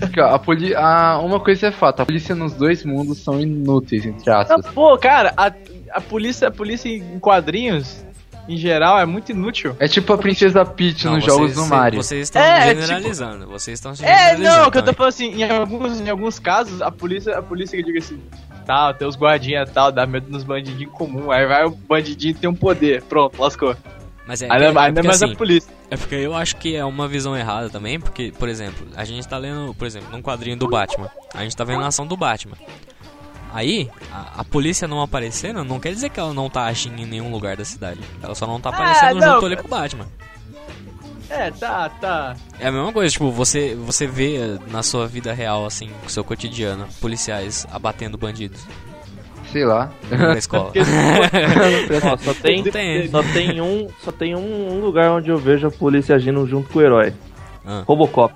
[SPEAKER 1] Porque, ó, a poli a, uma coisa é fato, a polícia nos dois mundos são inúteis, entre
[SPEAKER 2] Não,
[SPEAKER 1] aspas.
[SPEAKER 2] pô, cara, a, a polícia, a polícia em quadrinhos, em geral, é muito inútil.
[SPEAKER 1] É tipo a Princesa Peach
[SPEAKER 4] Não,
[SPEAKER 1] nos
[SPEAKER 4] vocês-
[SPEAKER 1] jogos do
[SPEAKER 4] cê-
[SPEAKER 1] Mario.
[SPEAKER 4] Vocês estão
[SPEAKER 2] É, tipo-
[SPEAKER 4] generalizando. Vocês estão
[SPEAKER 2] É, não, o que eu tô
[SPEAKER 4] também.
[SPEAKER 2] falando assim, em alguns, em alguns casos, a polícia, a polícia que diga assim, tal, tem os guardinhas tal, dá medo nos bandidinhos comum, aí vai o bandidinho e tem um poder, pronto, lascou.
[SPEAKER 4] Mas é,
[SPEAKER 2] Aí
[SPEAKER 4] é
[SPEAKER 2] não aí não é
[SPEAKER 4] porque
[SPEAKER 2] mais
[SPEAKER 4] assim,
[SPEAKER 2] a polícia.
[SPEAKER 4] É porque eu acho que é uma visão errada também, porque, por exemplo, a gente tá lendo, por exemplo, num quadrinho do Batman. A gente tá vendo a ação do Batman. Aí, a, a polícia não aparecendo não quer dizer que ela não tá agindo em nenhum lugar da cidade. Ela só não tá aparecendo
[SPEAKER 2] Ah, não.
[SPEAKER 4] junto ali com o Batman.
[SPEAKER 2] É, tá, *laughs* tá.
[SPEAKER 4] É a mesma coisa, tipo, você, você vê eh, na sua vida real, assim, com o seu cotidiano, policiais abatendo bandidos
[SPEAKER 1] Sei lá.
[SPEAKER 4] na escola. *laughs* É
[SPEAKER 3] Ó, só tem,
[SPEAKER 4] Não tem.
[SPEAKER 3] só tem um, só tem um, um lugar onde eu vejo a polícia agindo junto com o herói.
[SPEAKER 4] Ah.
[SPEAKER 3] Robocop.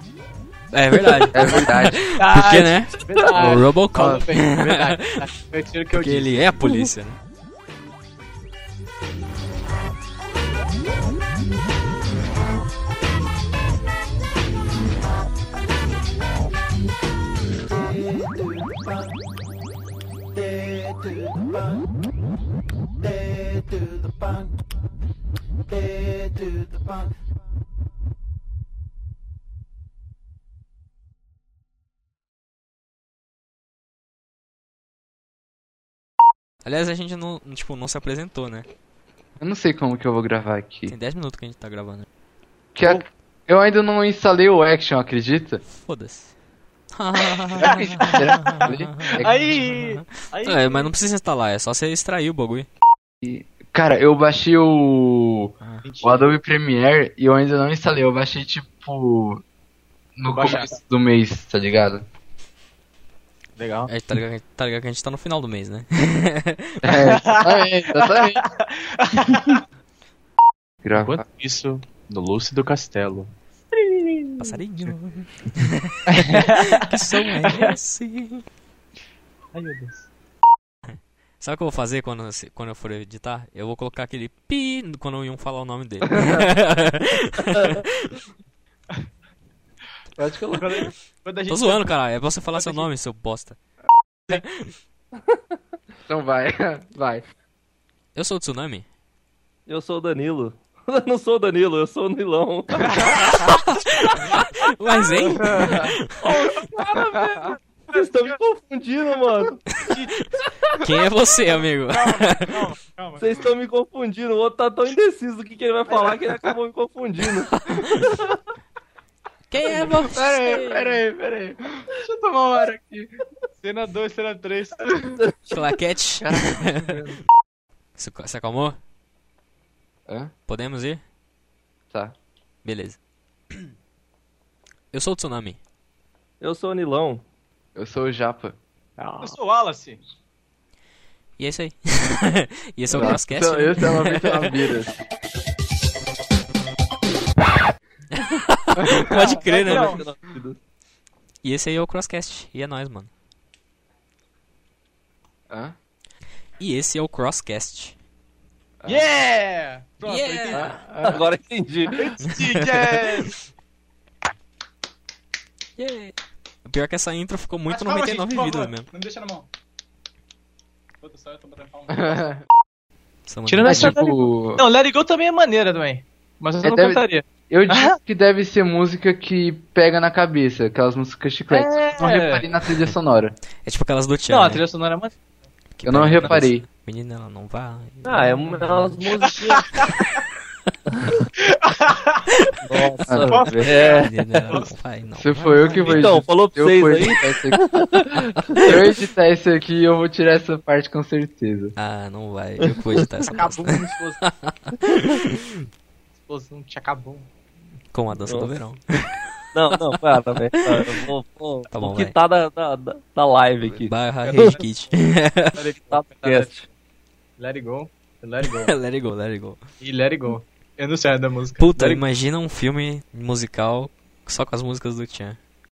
[SPEAKER 4] É verdade.
[SPEAKER 1] É verdade.
[SPEAKER 4] Porque, né?
[SPEAKER 2] Verdade.
[SPEAKER 4] O
[SPEAKER 2] Fala,
[SPEAKER 4] Robocop.
[SPEAKER 2] bem, verdade. tá. Eu tiro o que eu
[SPEAKER 4] Porque
[SPEAKER 2] disse.
[SPEAKER 4] ele é a polícia, né? Aliás, a gente não, tipo, não se apresentou, né?
[SPEAKER 1] *laughs* Eu não sei como que eu vou gravar aqui.
[SPEAKER 4] Tem 10 minutos que a gente tá gravando.
[SPEAKER 1] Que a- Eu ainda não instalei o Action, acredita?
[SPEAKER 4] Foda-se.
[SPEAKER 1] Será que eu falei? É que-
[SPEAKER 2] Aí! aí
[SPEAKER 4] É, mas não precisa instalar, é só você extrair o bagulho.
[SPEAKER 1] Cara, eu baixei o... o Adobe Premiere e eu ainda não instalei. Eu baixei, tipo, no
[SPEAKER 2] Baixar.
[SPEAKER 1] começo do mês, tá ligado?
[SPEAKER 7] Legal.
[SPEAKER 4] É, tá, ligado, que- tá ligado que a gente tá no final do mês, né?
[SPEAKER 1] É, exatamente, exatamente. Grava.
[SPEAKER 7] Enquanto isso, no Lúcido Castelo.
[SPEAKER 4] Passarinho. que som é esse?
[SPEAKER 7] Ai, meu Deus.
[SPEAKER 4] Sabe o que eu vou fazer quando, eu se- quando eu for editar? Eu vou colocar aquele pi quando o Ion falar o nome dele.
[SPEAKER 2] Eu acho que eu *laughs* quando, quando a gente
[SPEAKER 4] Tô zoando, caralho. É pra você falar seu nome, seu bosta.
[SPEAKER 1] Então vai, *laughs* vai.
[SPEAKER 4] Eu sou o Tsunami?
[SPEAKER 3] Eu sou o Danilo. *laughs* Eu não sou o Danilo, eu sou o Nilão. *laughs*
[SPEAKER 4] Mas, hein?
[SPEAKER 3] Vocês estão me confundindo, mano.
[SPEAKER 4] *laughs* Quem é você, amigo?
[SPEAKER 3] Vocês estão me confundindo. O outro tá tão indeciso do que, que ele vai falar que ele acabou me confundindo.
[SPEAKER 4] Quem é você?
[SPEAKER 1] Peraí, peraí. Deixa eu tomar uma hora aqui.
[SPEAKER 2] Cena 2, cena 3.
[SPEAKER 4] Claquete. *laughs* Se se acalmou?
[SPEAKER 1] Hã?
[SPEAKER 4] Podemos ir?
[SPEAKER 1] Tá.
[SPEAKER 4] Beleza. Eu sou o Tsunami.
[SPEAKER 3] Eu sou o Nilão.
[SPEAKER 1] Eu sou o Japa.
[SPEAKER 2] Eu sou o Wallace.
[SPEAKER 4] E é isso aí. *laughs* e esse é o Crosscast.
[SPEAKER 1] Então,
[SPEAKER 4] né?
[SPEAKER 1] esse é uma vez uma mira.
[SPEAKER 4] Pode crer, né?
[SPEAKER 2] Não.
[SPEAKER 4] mano? E esse aí é o Crosscast. E é nóis, mano.
[SPEAKER 1] Hã?
[SPEAKER 4] E esse é o Crosscast.
[SPEAKER 2] Yeah! Pronto,
[SPEAKER 4] Yeah!
[SPEAKER 3] Agora entendi.
[SPEAKER 2] entendi. Yeah!
[SPEAKER 4] Yeah. O Pior é que essa intro ficou muito
[SPEAKER 2] Mas calma,
[SPEAKER 4] 99
[SPEAKER 2] gente, por
[SPEAKER 4] vidas
[SPEAKER 2] favor,
[SPEAKER 4] mesmo.
[SPEAKER 2] Não me deixa na mão. Puta, só eu tô batendo palma.
[SPEAKER 4] São
[SPEAKER 3] é
[SPEAKER 2] Tirando
[SPEAKER 4] André.
[SPEAKER 1] Mas,
[SPEAKER 2] essa-
[SPEAKER 1] tipo,
[SPEAKER 2] Não, Let It Go também é maneira também. Mas eu
[SPEAKER 1] É,
[SPEAKER 2] não
[SPEAKER 1] deve-
[SPEAKER 2] contaria.
[SPEAKER 1] eu digo que deve ser música que pega na cabeça, aquelas músicas chicletes.
[SPEAKER 2] É.
[SPEAKER 1] Eu Não reparei na trilha sonora.
[SPEAKER 4] É tipo aquelas do Tchan.
[SPEAKER 2] Não, a
[SPEAKER 4] né?
[SPEAKER 2] trilha sonora é maneira.
[SPEAKER 4] Que
[SPEAKER 1] Eu não
[SPEAKER 4] pega-
[SPEAKER 1] reparei.
[SPEAKER 4] Menina, ela não
[SPEAKER 2] *laughs*
[SPEAKER 4] vai.
[SPEAKER 3] Ah, é uma- é umas musiquinhas. Nossa,
[SPEAKER 1] Ah,
[SPEAKER 3] velho.
[SPEAKER 4] Menina, ela não vai.
[SPEAKER 1] *laughs*
[SPEAKER 4] Não
[SPEAKER 1] Se
[SPEAKER 4] vai.
[SPEAKER 1] for eu que vou
[SPEAKER 3] Então, falou pra
[SPEAKER 1] eu
[SPEAKER 3] vocês
[SPEAKER 1] vou
[SPEAKER 3] aí.
[SPEAKER 1] editar isso aqui. *laughs* Se eu editar isso aqui, eu vou tirar essa parte com certeza.
[SPEAKER 4] Ah, não vai. Eu vou editar essa bosta.
[SPEAKER 7] Acabou a explosão.
[SPEAKER 2] *laughs*
[SPEAKER 7] explosão te acabou.
[SPEAKER 4] Com a dança do
[SPEAKER 3] Nossa.
[SPEAKER 4] verão.
[SPEAKER 3] Não, não, para, velho. para, Eu vou, vou,
[SPEAKER 4] Tá
[SPEAKER 3] vou
[SPEAKER 4] bom, vai.
[SPEAKER 3] quitar da, da, da- da live aqui.
[SPEAKER 4] Barra Rage Kit.
[SPEAKER 2] Let It
[SPEAKER 3] Tá podcast.
[SPEAKER 2] Let It Go. Let It Go.
[SPEAKER 4] *laughs* let it go, let it go.
[SPEAKER 2] E Let It Go. Eu não sei a da música.
[SPEAKER 4] Puta,
[SPEAKER 2] Let It
[SPEAKER 4] imagina um filme musical só com as músicas do Tchan.